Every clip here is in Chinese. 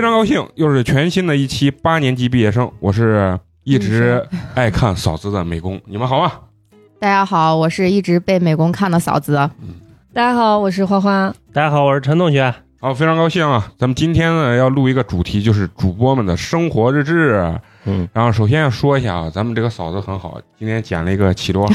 高兴，又是全新的一期八年级毕业生。我是一直爱看嫂子的美工，你们好啊吗？大家好，我是一直被美工看的嫂子。大家好，我是花花。大家好，我是陈同学。好，非常高兴啊！咱们今天呢要录一个主题，就是主播们的生活日志。嗯，然后首先要说一下啊，咱们这个嫂子很好，今天剪了一个起多好，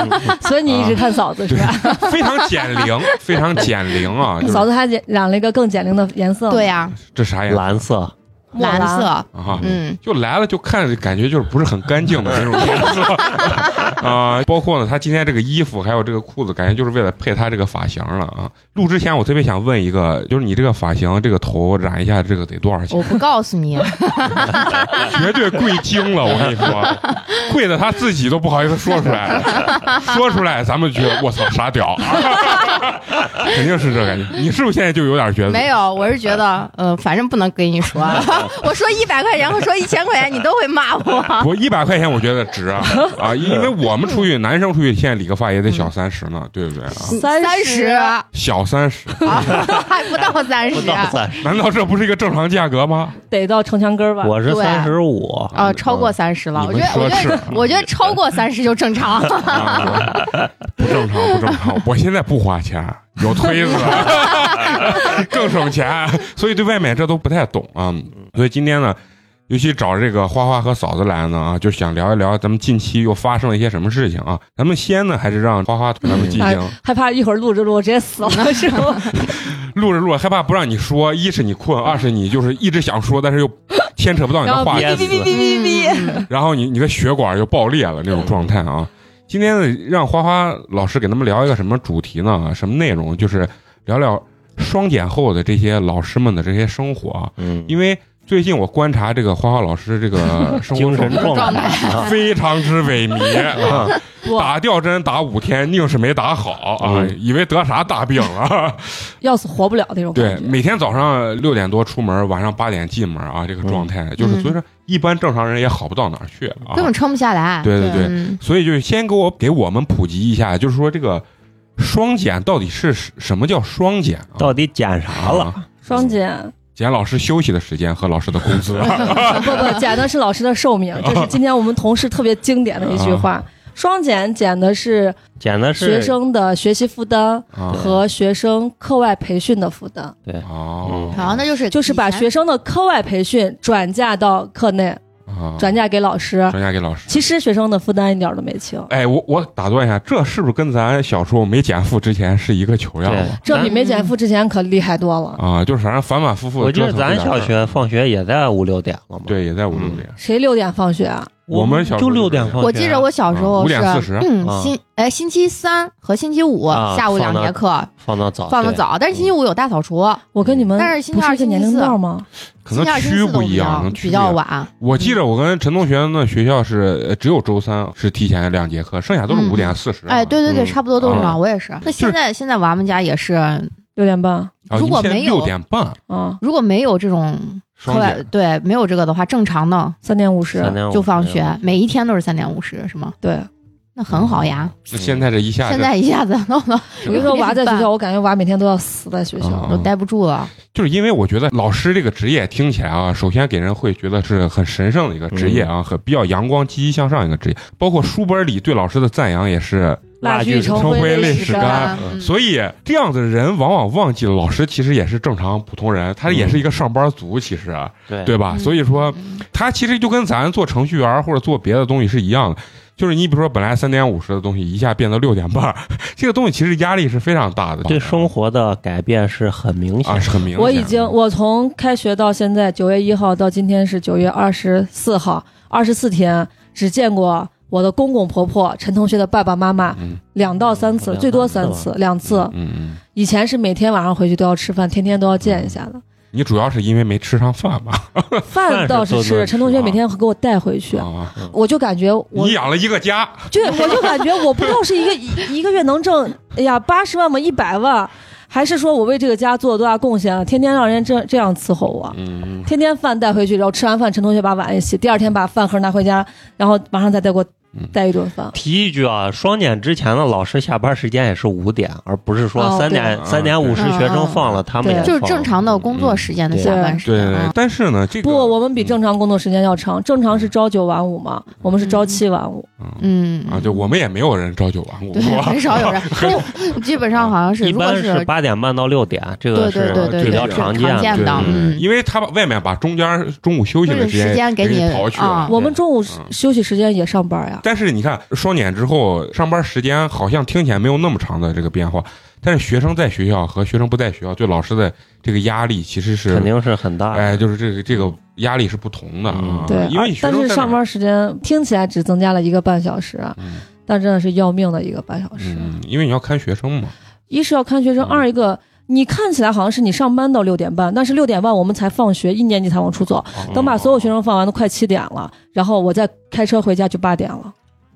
所以你一直看嫂子、是吧？非常减龄，非常减龄啊！就是嫂子还染染了一个更减龄的颜色，嗯对，呀、这啥颜色蓝色，莫蓝色，啊？哈，嗯，就来了就看着感觉就是不是很干净的那种颜 色啊、包括呢，他今天这个衣服还有这个裤子，感觉就是为了配他这个发型了啊。录之前我特别想问一个，就是你这个发型、这个头染一下，这个得多 少钱？我不告诉 你，绝对贵精了，我跟你说，贵的他自己都不好意思说出 来，说出来咱们觉得我操傻屌，肯定是这感觉。你是不是现在就有点觉得？没有，我是觉得，呃，反正不能跟你说， 我说一百块钱和说一千块钱，你都会骂我。我一百块钱我觉得值啊啊！因为我们 出去，男生出去现在理个发也得小三十呢，对不对啊？三三 十，啊，小三十，还不到三不十，到三十，难道这不是一个正常价格吗？得到城墙根儿吧？我是对三十五。啊，超过三十了，我你觉们得，我觉说得，我觉得超过三十就正常。啊不正常，不正常！我现在不花钱，有推子， 更省钱，所以对外面这都不太懂啊。所以今天呢，尤其找这个花花和嫂子来呢啊，就想聊一聊咱们近期又发生了一些什么事情啊。咱们先呢，还是让花花给咱们进哎行害怕一会儿录着录着直接死嗯了，是吗？ 录着录着害怕不让你说，一是你困，二是你就是一直想说，但是又牵扯不到你然的后话哔题，憋哔死哔哔 嗯哔哔，然后你你的血管就爆裂了那种状态啊。今天呢让花花老师给他们聊一个什么主题呢？什么内容？就是聊聊双减后的这些老师们的这些生活啊，嗯，因为最近我观察这个花花老师这个生活 精神状状态态非常之萎靡 啊。嗯不打吊针打五天，宁是没打好啊，嗯以为得啥大病了。要死活不了那种对，感觉。每天早上六点多出门，晚上八点进门啊，这个状态、就是，所以说一般正常人也好不到哪儿去啊。根本撑不下来。对对对嗯所以就是先给我给我们普及一下，就是说这个双减到底是什什么叫双减啊？到底减啥了？啊双减，减老师休息的时间和老师的工 资啊不不， 减的是老师的 寿命，这是今天我们同事特别经典的一句啊话。双减减的是减的是学生的学习负担啊。和学生课外培训的负担，哦，好，那就是就是把呃以前学生的课外培训转嫁到课内，啊转嫁给老师。转嫁给老师。其实学生的负担一点儿都没轻，哎，我我打断一下，这是不是跟咱小时候没减负之前是一个球样对啊？这比没减负之前可厉害多了。啊，就是反正反反复复我的记折得腾。咱小学啊放学也在五六点了嘛。，对也在五六嗯点，谁六点放学啊？我们小时候就就是六点放学。我记着我小时候五是点四十嗯啊星哎星期三和星期五啊下午两放节到课放到早，放的对。早，但是嗯星期五有大扫除，我跟你们但是星期不二是一个年龄段吗？可能星期二星期区四都不一样，能区比不一样较晚。我记着我跟陈同学那学校是呃只有周三是提前两节课，剩下都是嗯五点四十。哎，对对对，嗯差不多都是这样，啊我也是。那现在现在娃们家也是，六点半啊，如果你们现在没有六点半啊，如果没有这种课双外减，对没有这个的话，正常的三点五十三，点五就放十学，每一天都是三点五十，是吗？对。那很好呀，那现在这一下现就在一下子弄得我跟你说，娃在学没校，办我感觉娃每天都要死在学校。啊都待不住了。就是因为我觉得老师这个职业听起来啊，首先给人会觉得是很神圣的一个职业啊，嗯很比较阳光、积极向上一个职业。包括书本里对老师的赞扬也是，蜡炬成灰灰泪泪始始干干，嗯所以这样子的人往往忘记了老师其实也是正常普通人，他也是一个上班族，其实嗯啊对对吧？嗯所以说他其实就跟咱做程序员儿或者做别的东西是一样的。就是你比如说，本来三点五十的东西一下变到六点半儿， 这个东西其实压力是非常大的，对生活的改变是很明显啊的。是很明显的。我已经，我从开学到现在，九月一号到今天是九月二十四号，二十四天只见过我的公公婆婆、陈同学的爸爸妈妈嗯两到三次，两到最多三三次次，两次。嗯嗯，以前是每天晚上回去都要吃饭，天天都要见一下的。你主要是因为没吃上饭吧？饭倒是饭是多多吃，陈同吃学啊每天会给我带回去，啊，我就感觉我你养了一个家，对，我就感觉我不知道是一个 一一个月能挣，哎呀，八十万吗？一百万，还是说我为这个家做了多大贡献啊？天天让人这这样伺候我，嗯，天天饭带回去，然后吃完饭，陈同学把碗一洗，第二天把饭盒拿回家，然后马上再带给我嗯带一顿饭。提一句啊，双减之前的老师下班时间也是五点，而不是哦说三点对三点五十学生放了，他们也对嗯就是放正常的工作时间的下班嗯时对间对对啊，。但是呢，这个嗯不，我们比正常工作时间要长，正常是朝九晚五嘛，我们是朝七晚五。嗯啊，就我们也没有人朝九晚五， 对，是吧很少有人，不基本上好像是，一如果般是八点半到六点，这对对个是对对比对，较是常见见对的，嗯，因为他把外面把中间中午休息的就是时间给给你刨去啊了。我们中午嗯休息时间也上班呀，但是你看双减之后，上班时间好像听起来没有那么长的这个变化，但是学生在学校和学生不在学校对老师的这个压力其实是肯定是很大。哎，就是这个这个压力是不同的啊嗯。对因为你，学但生是在上哪儿，班时间听起来只增加了一个半小时，啊嗯但真的是要命的一个半小时。嗯，因为你要看学生嘛，一是要看学生，嗯二一个你看起来好像是你上班到六点半，但是六点半我们才放学，一年级才往出哦走。等把所有学生放完都快七点了，然后我再开车回家就八点了。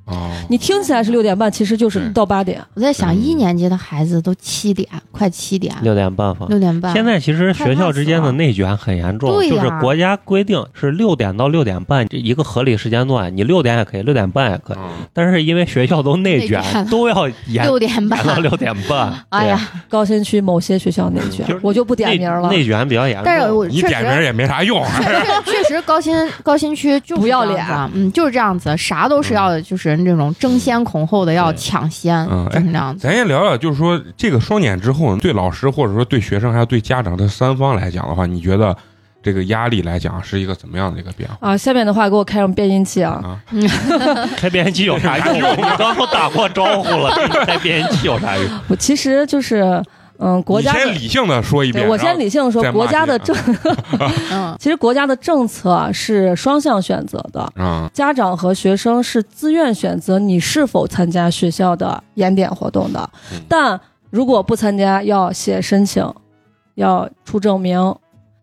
啊，你听起来是六点半，其实就是对到八点。我在想嗯一年级的孩子都七点，快七点，六点半放。六点半，现在其实太学怕校死之间了的内卷很严重，对就呀是国家规定是六点到六点半这一个合理时间段，你六点也可以，六点半也可以。嗯但是因为学校都内内卷卷，都要延六点半。延，到六点半哎呀对，高新区某些学校内嗯卷，就是我就不点名了内。内卷比较严重。但是我你确点名实。也没啥用，啊确实高新高新区就是不要这样子啊，嗯，就是这样子，啥都是要就是那种争先恐后的，要对抢先嗯，就是 那样子。咱也聊聊，就是说这个双减之后，对老师或者说对学生还有对家长这三方来讲的话，你觉得这个压力来讲是一个怎么样的一个变化啊，下面的话给我开上变音器啊！啊？开变音器有啥用？ 你刚都打过招呼了，开变音器有啥 用？我其实就是，嗯，国家啊你的先理性的说一遍，啊对我然先后理性说再，骂啊国家的街政， 嗯，其实国家的政策啊是双向选择的，啊，家长和学生是自愿选择你是否参加学校的延点活动的嗯，但如果不参加，要写申请，要出证明，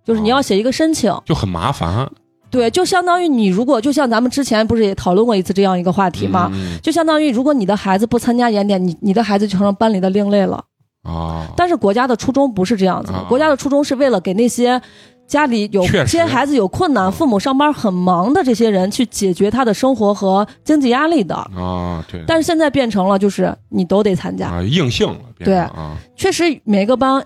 就是你哦要写一个申请。就很麻烦。对，就相当于你如果就像咱们之前不是也讨论过一次这样一个话题吗？嗯就相当于如果你的孩子不参加延点，你你的孩子就成了班里的另类了。啊，但是国家的初衷不是这样子的啊，国家的初衷是为了给那些。家里有确实些孩子有困难，父母上班很忙的这些人，去解决他的生活和经济压力的。啊，对，但是现在变成了就是你都得参加，啊，硬性了，变成对啊，确实每个班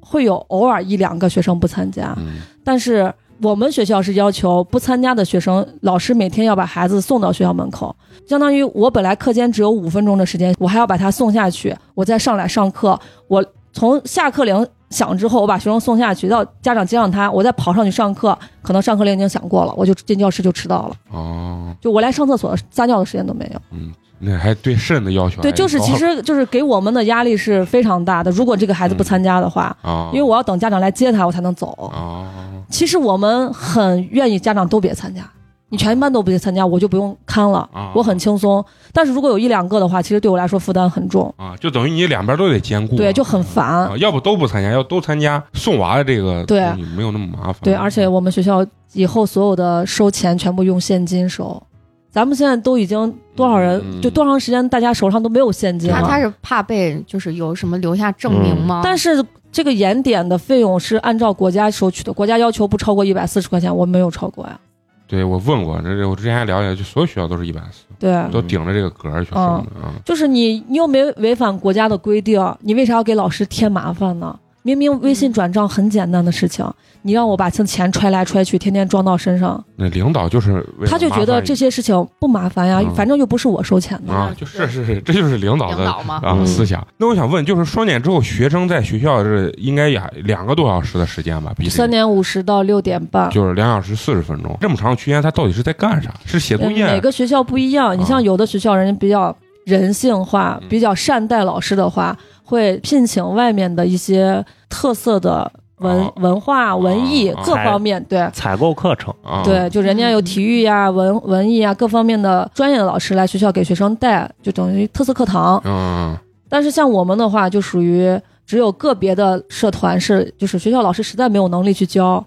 会有偶尔一两个学生不参加，嗯但是我们学校是要求不参加的学生，老师每天要把孩子送到学校门口，相当于我本来课间只有五分钟的时间，我还要把他送下去，我再上来上课，我从下课铃。响之后，我把学生送下去，到家长接上他，我再跑上去上课。可能上课铃已经响过了，我就进教室就迟到了，哦，就我连上厕所、撒尿的时间都没有。嗯，那还对肾的要求还对，高，就是其实就是给我们的压力是非常大的。如果这个孩子不参加的话，啊，因为我要等家长来接他，我才能走。啊，其实我们很愿意家长都别参加，你全班都别参加，我就不用看了啊，我很轻松。但是如果有一两个的话，其实对我来说负担很重，啊，就等于你两边都得兼顾，对，就很烦啊，。要不都不参加，要都参加送娃的这个对啊东西没有那么麻烦，对，而且我们学校以后所有的收钱全部用现金收。咱们现在都已经多少人，嗯就多长时间，大家手上都没有现金他他了。是怕被就是有什么留下证明吗？但是这个延点的费用是按照国家收取的，国家要求不超过一百四十块钱，我没有超过呀。对我问过，这这我之前还了解，就所有学校都是一百四，对，都顶着这个格儿去送的啊。就是你，你又没违反国家的规定，你为啥要给老师添麻烦呢？明明微嗯信转账很简单的事情，你让我把这钱揣来揣去，天天装到身上，那领导就是为了他就觉麻得烦这些事情不麻烦呀，嗯反正又不是我收钱你的。啊，就是是是，这就是领导领的导吗？啊嗯思想。那我想问，就是双减之后，学生在学校是应该也两个多小时的时间吧？比这个三点五十到六点半，就是两小时四十分钟，这么长的区间，他到底是在干啥？是写作业？嗯每个学校不一样，你啊像有的学校人家比较人性化嗯，比较善待老师的话，会聘请外面的一些特色的文啊文化、文艺啊各还方面，对。采购课程，啊，对，就人家有体育呀、文文艺呀各方面的专业的老师来学校给学生带，就等于特色课堂。嗯，但是像我们的话，就属于只有个别的社团是，就是学校老师实在没有能力去教，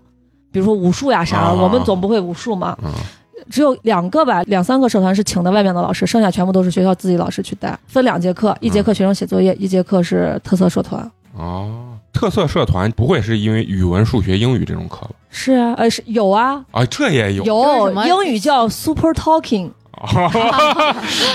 比如说武术呀啥啊的，我们总不会武术嘛，嗯只有两个吧，两三个社团是请的外面的老师，剩下全部都是学校自己老师去带，分两节课，一节课学生写作业，一节课是特色社团。嗯哦，特色社团不会是因为语文、数学、英语这种课吧？是啊，呃，是有啊，啊，这也有就是什么 英语叫 Super Talking，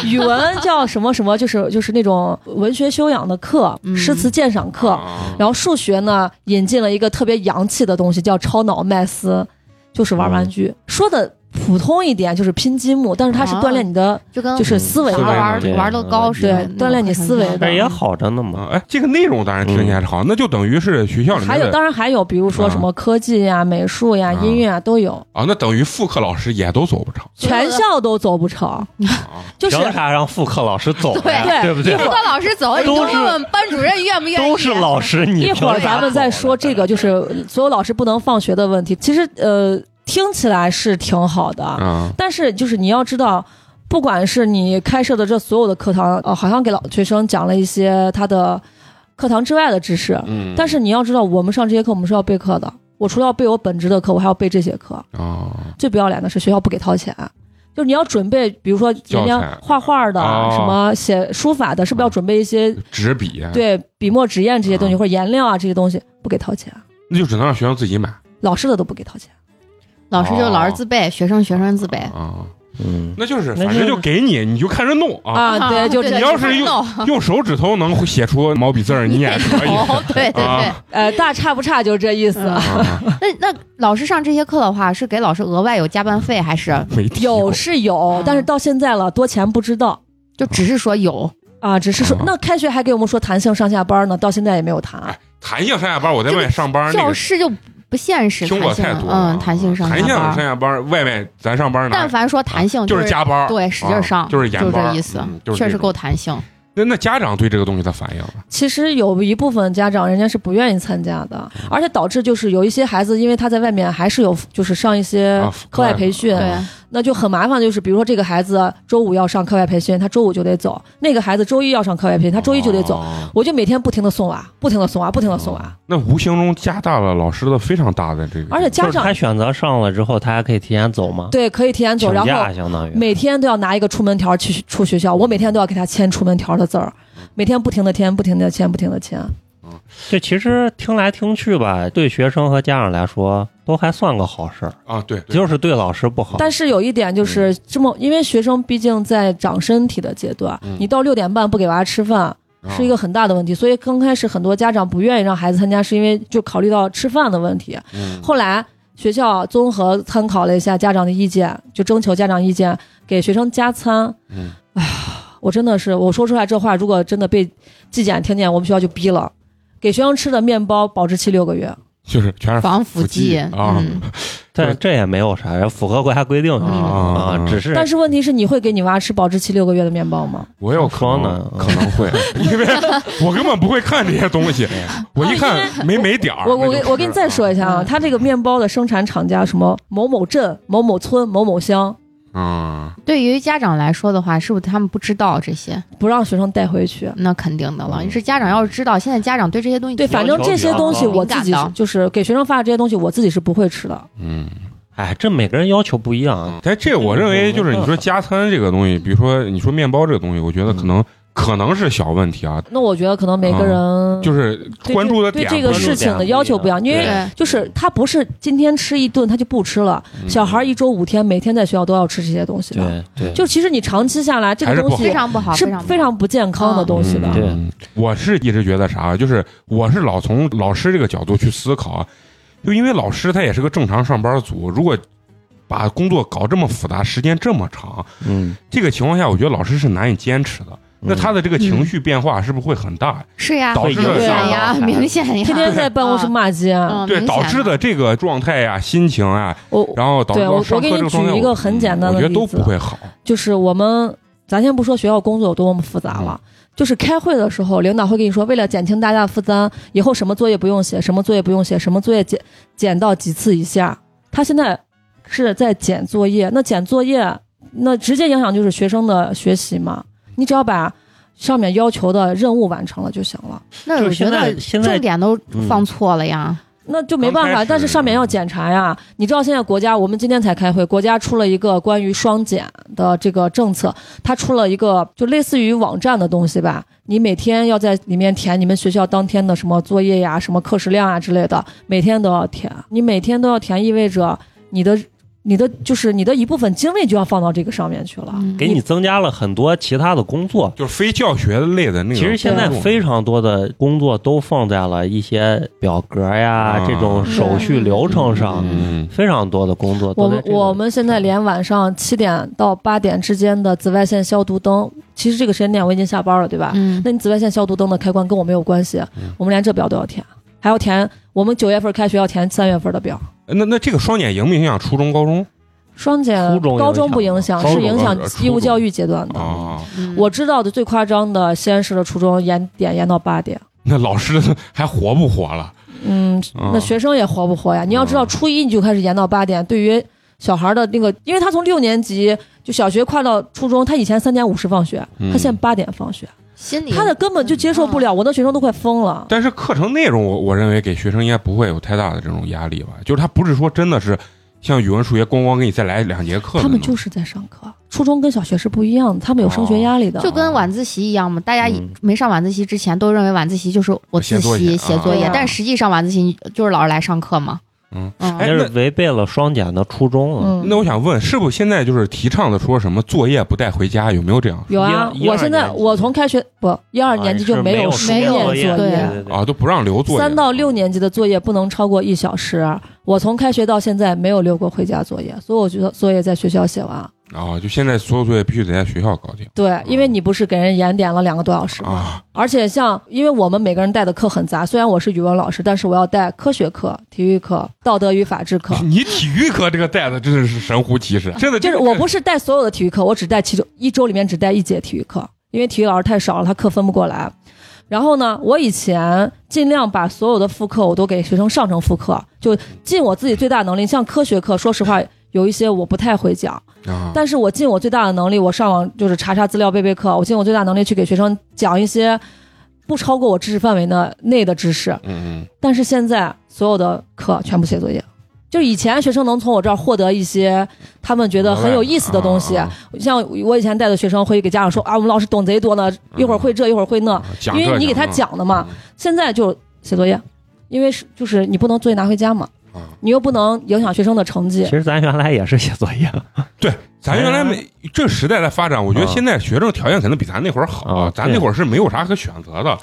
语文叫什么什 么，就是就是那种文学修养的课、嗯诗词鉴赏课。啊然后数学呢，引进了一个特别洋气的东西，叫超脑麦斯，就是玩玩哦具。说的普通一点，就是拼积木，但是它是锻炼你的，就跟就。是思维思玩维嘛。嘛玩玩的高似对的，锻炼你思维的但也好着呢嘛。啊，哎，这个内容当然听起来是好，那就等于是学校里还面有，的当然还有，比如说什么科技呀、美术呀、啊音乐啊都有，啊，那等于副课老师也都走不成全校都走不成，啊。就是凭啥让副课老师走呀？对对不你对不？跟老师走，你就都问是问班主任愿不愿意。都是老师，你啊一会儿凭啥咱们再说这个，就是所有老师不能放学的问题。其实呃，听起来是挺好的，啊，但是就是你要知道，不管是你开设的这所有的课堂，呃，好像给老学生讲了一些他的课堂之外的知识，嗯，但是你要知道，我们上这些课我们是要备课的。我除了要备我本职的课，我还要备这些课。啊，最不要脸的是学校不给掏钱，就是你要准备，比如说人教家材画画的、哦什么写书法的，是不是要准备一些纸笔，，啊对笔墨纸砚这些东西、嗯或者颜料啊这些东西不给掏钱，啊那就只能让学生自己买，老师的都不给掏钱。老师就是老师自哦备，学生学生自备。啊，嗯，那就是那反正就就给你，你就看着弄啊。啊对就你要是用弄，用手指头能写出毛笔字儿，你也可以。哦对对对啊。呃，大差不差就这意思。嗯啊那那老师上这些课的话，是给老师额外有加班费，还是没提有过是有嗯，但是到现在了，多钱不知道就只是说有？啊，只是说嗯那开学还给我们说弹性上下班呢，到现在也没有弹。哎弹性上下班，我在外面上班，那教个师就不现实，听过弹性太多了啊。嗯，弹性上弹下性上班。下班，外面咱上班呢，但凡说弹性，就是是加班儿，对，使劲上，啊就是研班这儿意思嗯，就是确这实种够弹性。那那家长对这个东西的反应啊呢？其实有一部分家长人家是不愿意参加的，而且导致就是有一些孩子，因为他在外面还是有就是上一些啊课外培训，课对外，那就很麻烦。就是比如说这个孩子周五要上课外培训，他周五就得走；那个孩子周一要上课外培训，他周一就得走。哦我就每天不停的送娃，不停的送娃，不停的送哦娃。那无形中加大了老师的非常大的这个，而且就家是长他选择上了之后，他还可以提前走吗？对可以提前走，请然后假相当于每天都要拿一个出门条去出学校，我每天都要给他签出门条的字儿，每天不停的签，不停的签，不停的签。这其实听来听去吧，对学生和家长来说都还算个好事儿，啊，对，对就是对老师不好。但是有一点就是嗯这么，因为学生毕竟在长身体的阶段嗯，你到六点半不给娃吃饭哦啊是一个，很大的问题，所以刚开始很多家长不愿意让孩子参加，是因为就考虑到吃饭的问题。啊嗯后来学校综合参考了一下家长的意见，就征求家长意见，给学生加餐。嗯我真的是，我说出来这话，如果真的被纪检听见，我们学校就逼了。给学生吃的面包保质期六个月，就是全是 防腐剂剂啊嗯这这也没有啥，也符合国家规定嗯啊，只是但是问题是，你会给你娃吃保质期六个月的面包吗？我有可说能呢嗯可能会，因为我根本不会看这些东西，我一看没没点儿。我我那就给吃我给你再说一下啊，嗯它这个面包的生产厂家什么某某镇、某某村、某某乡，啊，对于家长来说的话，是不是他们不知道这些？不让学生带回去。那肯定的了。你嗯是家长要是知道，现在家长对这些东西对，反正这些东西我自己敏感的就是给学生发的这些东西，我自己是不会吃的。嗯，哎，这每个人要求不一嗯样，但这我认为就是你说加餐这个东西，比如说你说面包这个东西，我觉得可能可能是小问题啊，那我觉得可能每个人就是嗯对关注的对点这个不一样事情的要求不一样，因为对对就是他不是今天吃一顿他就不吃了，嗯小孩一周五天每天在学校都要吃这些东西的。对对，就其实你长期下来，这还是不个东好西非常不好，是常非不好常不健康的东西的嗯。对嗯我是一直觉得啥，就是我是老从老师这个角度去思考啊，就因为老师他也是个正常上班族，如果把工作搞这么复杂，时间这么长，嗯，这个情况下，我觉得老师是难以坚持的。那他的这个情绪变化是不是会很嗯大？是呀，导会致影的对响呀， 到明显呀，天天在办公室骂街，啊嗯，对导致的这个状态呀、心情啊，我然后导致对到我上我课给这你个状态，举一个很简单的我觉得例都子不会好。就是我们，咱先不说学校工作有多么复杂了，就是开会的时候，领导会跟你说，为了减轻大家负担，以后什么作业不用写，什么作业不用写，什么作业减减到几次以下。他现在是在减作业，那减作业，那直接影响就是学生的学习嘛。你只要把上面要求的任务完成了就行了，那我就觉现在得现重在点都嗯放错了呀。那就没办刚开法。始但是上面要检查呀，你知道现在国家，我们今天才开会，国家出了一个关于双减的这个政策，它出了一个就类似于网站的东西吧，你每天要在里面填你们学校当天的什么作业呀、什么课时量啊之类的，每天都要填，你每天都要填，意味着你的。你的就是你的一部分精力就要放到这个上面去了。嗯给你增加了很多其他的工作。就是非教学类的那个。其实现在非常多的工作都放在了一些表格呀、啊这种手续流程上，嗯，非常多的工作我都在们这个我们现在连晚上七点到八点之间的紫外线消毒灯，其实这个时间点我已经下班了，对吧？嗯那你紫外线消毒灯的开关跟我没有关系，嗯我们连这表都要填，还要填我们九月份开学要填三月份的表。那那这个双减影不影响初中、高中双减初中有高中不影响，影响是影响高中义务教育阶段的。啊？嗯我知道的最夸张的，西安市的初中延点延到八点， 那老师还活不活了？嗯，啊那学生也活不活呀？你要知道，嗯初一你就开始延到八点，对于小孩的那个，因为他从六年级就小学跨到初中，他以前三点五十放学，嗯他现在八点放学，心里他的根本就接受不了，我那学生都快疯了。但是课程内容我，我认为给学生应该不会有太大的这种压力吧。就是他不是说真的是像语文、数学咣咣给你再来两节课的那种，他们就是在上课，初中跟小学是不一样的，他们有升学压力的。就跟晚自习一样嘛，大家嗯没上晚自习之前都认为晚自习就是我自写作业习写作业啊，但实际上晚自习就是老师来上课嘛。嗯这哎嗯，是违背了双减的初衷啊。嗯，那我想问，是不是现在就是提倡的说什么作业不带回家，有没有这样有啊一，二我现在年级我从开学不一二啊年级是就没有有书没面有作作业对对对啊？都不让留作业，三到六年级的作业不能超过一小时，我从开学到现在没有留过回家作业，所以我觉得作业在学校写完。啊，就现在所有作业必须得在学校搞定对，因为你不是给人延点了两个多小时吗？啊。。而且像，因为我们每个人带的课很杂，虽然我是语文老师，但是我要带科学课、体育课、道德与法治课 你体育课这个带的真的是神乎其神，真 的就是我不是带所有的体育课，我只带其中一周里面只带一节体育课，因为体育老师太少了，他课分不过来。然后呢，我以前尽量把所有的副课我都给学生上成副课，就尽我自己最大能力。像科学课，说实话有一些我不太会讲，啊，但是我尽我最大的能力，我上网就是查查资料、备备课，我尽我最大能力去给学生讲一些不超过我知识范围的内的知识。嗯嗯但是现在所有的课全部写作业，就是以前学生能从我这儿获得一些他们觉得很有意思的东西，啊像我以前带的学生会给家长说啊，我们老师懂贼多呢，一会儿会这，一会儿会那，啊嗯讲因这为你给他那讲的嘛。嗯现在就写作业，因为是就是你不能作业拿回家嘛，啊你又不能影响学生的成绩其。实咱原来也是写作业咱原来没哎这时代在发展，我觉得现在学生条件可能比咱那会儿好，啊咱那会儿是没有啥可选择的，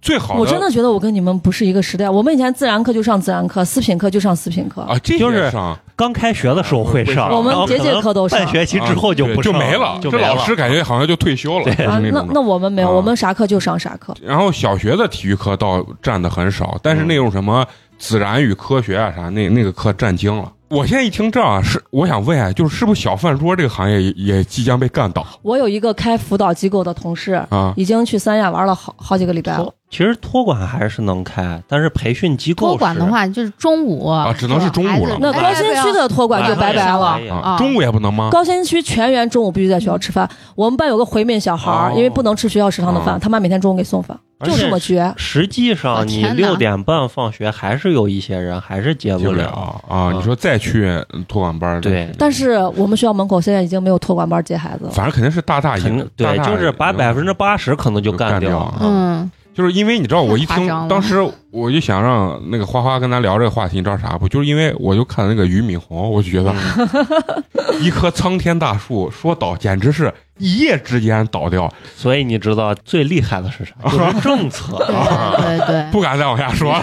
最好我真的觉得我跟你们不是一个时代。我们以前自然课就上自然课，思品课就上思品课，啊，这就些是上刚开学的时候会上，我们然后可节节能课都上半学期之啊后就对不就上没了，就这没老了师感觉好像就退休了，就是啊，那那种那我们没有，啊我们啥课就上啥课。然后小学的体育课倒占的很少，但嗯是那种什么自然与科学啊啥，那那个课占精了。我现在一听这啊，是我想问啊，就是是不是小饭桌这个行业也也即将被干倒我有一个开辅导机构的同事，啊？已经去三亚玩了好好几个礼拜了托。其实托管还是能开，但是培训机构托管的是话就是中午啊只能是中午了孩子那高新区的托哎管就拜拜了。晚上也啊，啊中午也不能吗？高新区全员中午必须在学校吃饭。我们班有个回民小孩儿，哦因为不能吃学校食堂的哦饭，他妈每天中午给送饭，而就且这么绝。实际啊上，你天哪六点半放学，还是有一些人还是接接不不了。了啊！你说再去托管班儿，对但是我们学校门口现在已经没有托管班接孩子了。反正肯定是大大肯赢定，对，大大就是把赢百分之八十可能就就干掉掉了。啊嗯，就是因为你知道，我一太听夸张，了当时我就想让那个花花跟咱聊这个话题，你知道啥不？就是因为我就看那个俞敏洪，我就觉得嗯一棵苍天大树说倒，简直是一夜之间倒掉，嗯所以你知道最厉害的 是啥？就是政策。啊对对对对，不敢再往下说了。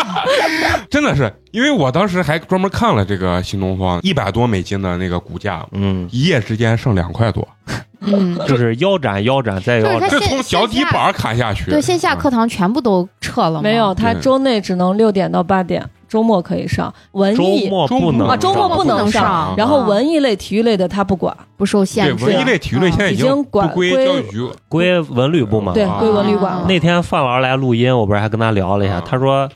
真的是，因为我当时还专门看了这个新东方一百多美金的那个股价，嗯，一夜之间剩两块多， 嗯，就是腰斩，腰斩再腰就是斩。这它从线脚底线下板儿砍下去。对，线下嗯课堂全部都撤了吗，没有，他对周内只能六点到八点，周末可以上文周艺。末不能啊周末啊不能上然后文艺类、体育类的他不管，不受对限制。文艺类、体育类现在啊已经经不管归归教育局了归文旅部嘛。对，啊归文旅管啊了。那天范老师来录音，我不是还跟他聊了一下，啊他说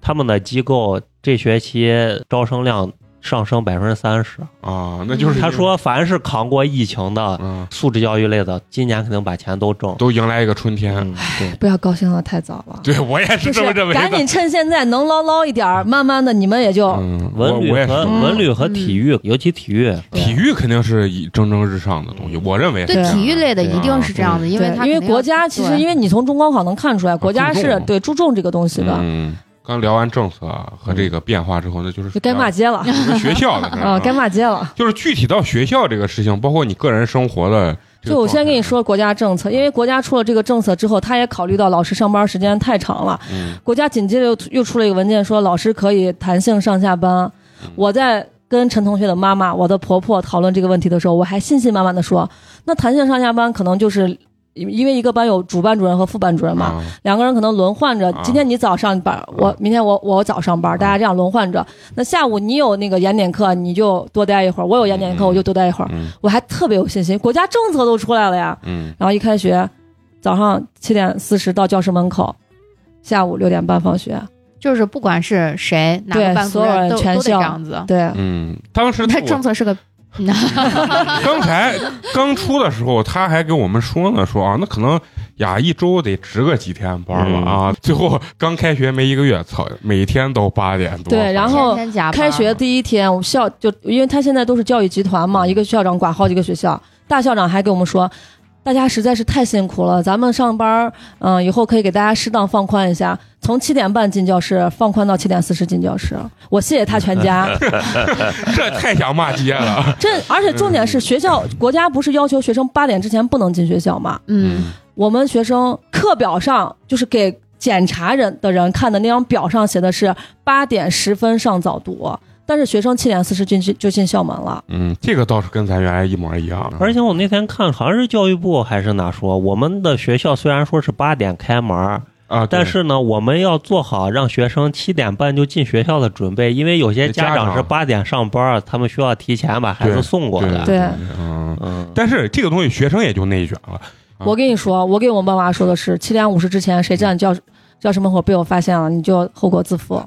他们的机构这学期招生量上升百分之三十。啊，嗯那就是他说，凡是扛过疫情的嗯。素质教育类的，今年肯定把钱都挣。都迎来一个春天，嗯，对。不要高兴的太早了，对我也就是这么认为的。赶紧趁现在能捞捞一点儿，慢慢的你们也就嗯，我文旅我也是和这么文旅嗯和体育，尤其体育，体育肯定是以蒸蒸日上的东西，我认为是对对啊体育类的对啊一定是这样的，因为对他因为肯定要国家其实，对因为你从中高考能看出来，国家注重是嘛对注重这个东西的。嗯，刚聊完政策啊和这个变化之后，那就是就该骂街了我们学校的 事儿啊，该骂街了。就是具体到学校这个事情，包括你个人生活的这个状态。嗯就我先跟你说国家政策，因为国家出了这个政策之后，他也考虑到老师上班时间太长了，嗯，国家紧接着又又出了一个文件说老师可以弹性上下班。嗯我在跟陈同学的妈妈、我的婆婆讨论这个问题的时候，我还信心满满的说，那弹性上下班可能就是。因为一个班有主班主任和副班主任嘛，啊，两个人可能轮换着啊，今天你早上班，我明天我我早上班，大家这样轮换着。那下午你有那个延点课，你就多待一会儿；我有延点课，嗯我就多待一会儿。嗯我还特别有信心，国家政策都出来了呀。嗯，然后一开学，早上七点四十到教室门口，下午六点半放学。就是不管是谁，哪个对班主所有任人都全都得这校样子。对，嗯，当 时他我政策是个， 刚才刚出的时候，他还跟我们说呢，说啊，那可能呀一周得值个几天班了啊。最后刚开学没一个月，操，每天都八点多。对然后天天加班哦开学第一天，我们校就因为他现在都是教育集团嘛，一个校长管好几个学校，大校长还给我们说。大家实在是太辛苦了，咱们上班儿，嗯、以后可以给大家适当放宽一下，从七点半进教室放宽到七点四十进教室。我谢谢他全家，这太想骂街 了。这而且重点是学校国家不是要求学生八点之前不能进学校吗？嗯，我们学生课表上就是给检查人的人看的那张表上写的是八点十分上早读，但是学生七点四十进去就进校门了。嗯，这个倒是跟咱原来一模一样。啊而且我那天看好像是教育部还是哪说，我们的学校虽然说是八点开门儿，啊，但对是呢，我们要做好让学生七点半就进学校的准备，因为有些家家长长是八点上班儿，他们需要提前把孩对子送过对来。对嗯，嗯，但是这个东西学生也就内卷了。 啊我跟你说，我给我爸妈说的是七点五十之前谁站教教室门口被我发现了，你就后果自负。啊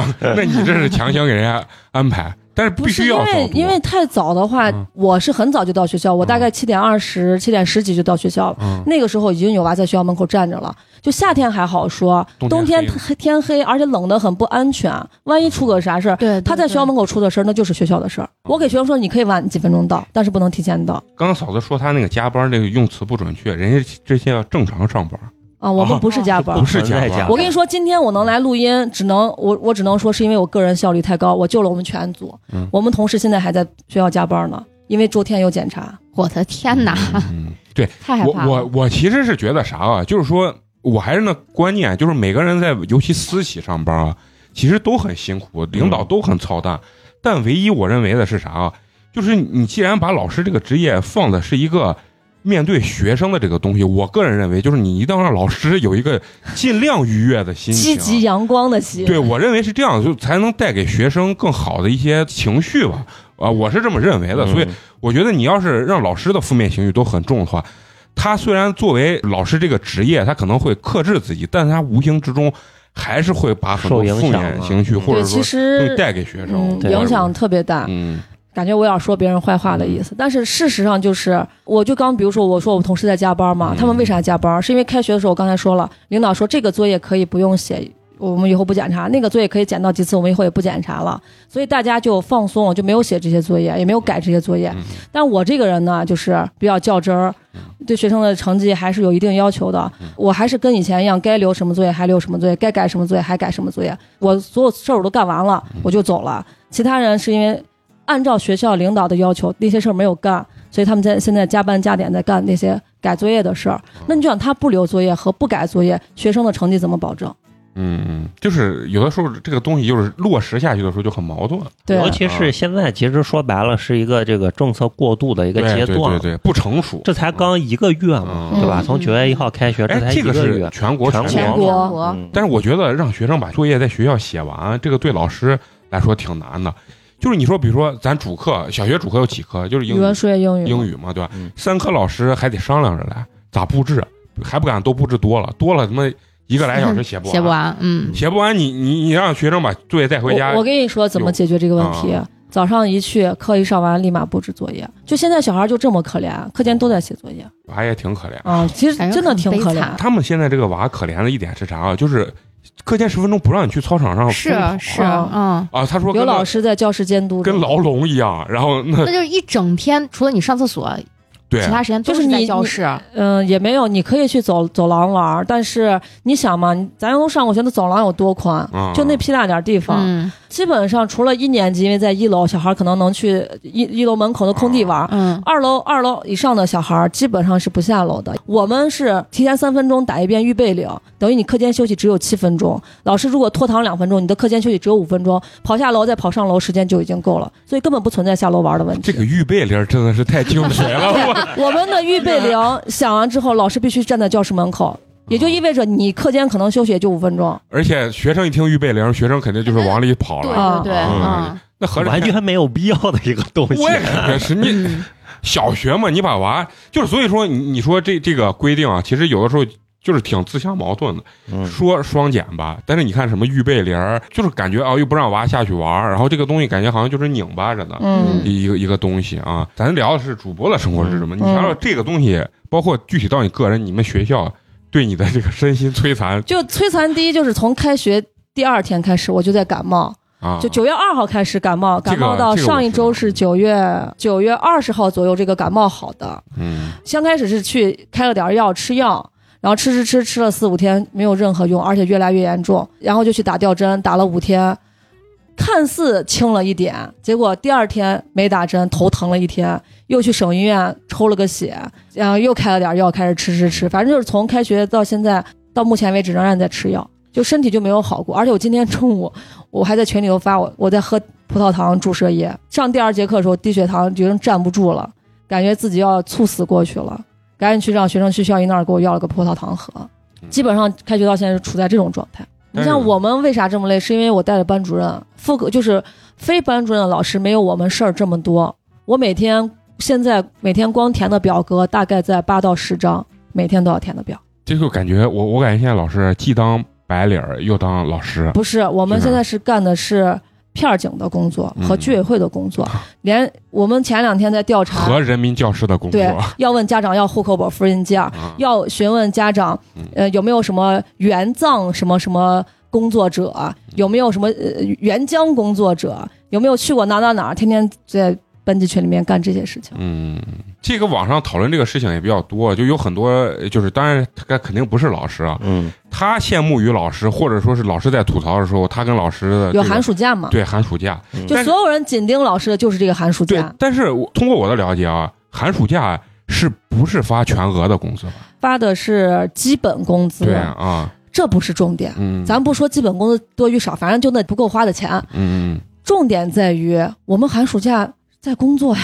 那你这是强行给人家安排，但是 不必是须因要为早读因为太早的话嗯，我是很早就到学校，我大概七点二十、七点十几就到学校了。嗯，那个时候已经有娃在学校门口站着了，就夏天还好说，冬冬天天天天黑，而且冷得很不安全，万一出个啥事嗯儿，对，他在学校门口出的事儿，那就是学校的事儿。我给学生说，你可以晚几分钟到，但是不能提前到刚刚嫂子说她那个加班那个用词不准确，人家这些要正常上班，啊。我们啊 不是加班不儿。是加不存在加班班。我跟你说，今天我能来录音，只能我我只能说是因为我个人效率太高，我救了我们全组嗯。我们同事现在还在学校加班呢，因为周天有检查。我的天哪，嗯，对，太害我怕了。我我其实是觉得啥啊，就是说我还是那观念，就是每个人在尤其私企上班啊，其实都很辛苦，领导都很操蛋，但唯一我认为的是啥啊，就是你既然把老师这个职业放的是一个。面对学生的这个东西，我个人认为，就是你一定要让老师有一个尽量愉悦的心情，啊积极阳光的心，对，我认为是这样，就才能带给学生更好的一些情绪吧。啊、我是这么认为的，所以嗯我觉得你要是让老师的负面情绪都很重的话，他虽然作为老师这个职业，他可能会克制自己，但他无形之中还是会把很多受影负响面了情绪嗯或者对，其说会实带给学生嗯，对影响。特别大。嗯感觉我有点说别人坏话的意思，但是事实上就是，我就刚比如说我说我同事在加班嘛，嗯他们为啥加班？是因为开学的时候我刚才说了，领导说这个作业可以不用写，我们以后不检查；那个作业可以检到几次，我们以后也不检查了。所以大家就放松了，就没有写这些作业，也没有改这些作业。嗯但我这个人呢，就是比较较真儿，对学生的成绩还是有一定要求的。嗯我还是跟以前一样，该留什么作业还留什么作业，该改什么作业还改什么作业。我所有事儿我都干完嗯了，我就走了。其他人是因为按照学校领导的要求，那些事儿没有干，所以他们在现在加班加点在干那些改作业的事儿。嗯那你就想，他不留作业和不改作业，学生的成绩怎么保证？嗯嗯，就是有的时候这个东西就是落实下去的时候就很矛盾，对，啊尤其是现在，其实说白了是一个这个政策过渡的一个对阶对段对，对，不成熟。这才刚一个月嘛，嗯对吧？嗯从九月一号开学，这哎，才这一个月是。全国全全国吗国嘛嗯但是我觉得让学生把作业在学校写完，这个对老师来说挺难的。就是你说，比如说咱主课，小学主课有几科？就是英语文、语、数学、英语，英语嘛，对吧？嗯三科老师还得商量着来，咋布置？还不敢都布置多了，多了他妈一个来小时写不完，写不完，嗯，写不完你你你让学生把作业带回家嗯我。我跟你说怎么解决这个问题。有早上一去，课一上完，立马布置作业。就现在小孩就这么可怜，啊课间都在写作业娃也挺可怜。啊，其实感觉真的挺哎很悲可怜。惨哎他们现在这个娃可怜的一点是啥啊？就是课间十分钟不让你去操场上是哦疯跑是，啊嗯。啊，他说有跟老师在教室监督着，跟牢笼一样，然后那那就是一整天，除了你上厕所，对啊其，他时间都就是在你教你室。啊嗯，也没有，你可以去走走廊玩儿，但是你想嘛，你咱都上过学，那走廊有多宽？嗯就那屁大点儿地方，嗯基本上除了一年级，因为在一楼，小孩儿可能能去一一楼门口的空地玩儿。嗯二楼二楼以上的小孩儿基本上是不下楼的。我们是提前三分钟打一遍预备铃，等于你课间休息只有七分钟。老师如果拖堂两分钟，你的课间休息只有五分钟，跑下楼再跑上楼时间就已经够了，所以根本不存在下楼玩的问题。这个预备铃真的是太精髓了，我我们的预备铃响完之后，老师必须站在教室门口，也就意味着你课间可能休息也就五分钟。而且学生一听预备铃，学生肯定就是往里跑对了。啊对对，嗯嗯那合着完全没有必要的一个东西我。也感觉是你嗯小学嘛，你把娃就是所以说你你说这这个规定啊，其实有的时候就是挺自相矛盾的。嗯说双减吧，但是你看什么预备铃儿，就是感觉啊又不让娃下去玩儿，然后这个东西感觉好像就是拧巴着的。嗯一一个一个东西啊，咱聊的是主播的生活是什么？嗯你想想这个东西，包括具体到你个人，你们学校对你的这个身心摧残就摧残第一就是从开学第二天开始我就在感冒，啊，就九月二号开始感冒，这个感冒到这个我上一知道周是九月九月二十号左右这个感冒好的，嗯先开始是去开了点儿药吃药。然后吃吃吃吃了四五天没有任何用，而且越来越严重，然后就去打吊针，打了五天，看似轻了一点，结果第二天没打针，头疼了一天，又去省医院抽了个血，然后又开了点儿药，开始吃吃吃，反正就是从开学到现在到目前为止仍然在吃药，就身体就没有好过。而且我今天 中午我还在群里头发我我在喝葡萄糖注射液，上第二节课的时候低血糖觉得站不住了，感觉自己要猝死过去了，赶紧去让学生去校医那儿给我要了个葡萄糖喝。基本上开学到现在是处在这种状态。你嗯但是像我们为啥这么累，是因为我带着班主任，副科就是非班主任的老师没有我们事儿这么多。我每天现在每天光填的表格大概在八到十张，每天都要填的表。这就感觉我我感觉现在老师既当白领儿又当老师，不是，我们是现在是干的是片儿警的工作嗯和居委会的工作，连我们前两天在调查，和人民教师的工作对，要问家长要户口本、复印件儿，啊要询问家长嗯，呃，有没有什么援藏什么什么工作者，啊嗯有没有什么呃援疆工作者，有没有去过哪哪哪儿，天天在班级群里面干这些事情。嗯，这个网上讨论这个事情也比较多，就有很多就是，当然他肯定不是老师啊，嗯，他羡慕于老师，或者说是老师在吐槽的时候，他跟老师的这个有寒暑假嘛？嗯对寒暑假，嗯就但是所有人紧盯老师的就是这个寒暑对假，但是我通过我的了解啊，寒暑假是不是发全额的工资吧？发的是基本工资，对啊，这不是重点。嗯，咱不说基本工资多与少，反正就那不够花的钱。嗯，重点在于我们寒暑假在工作呀，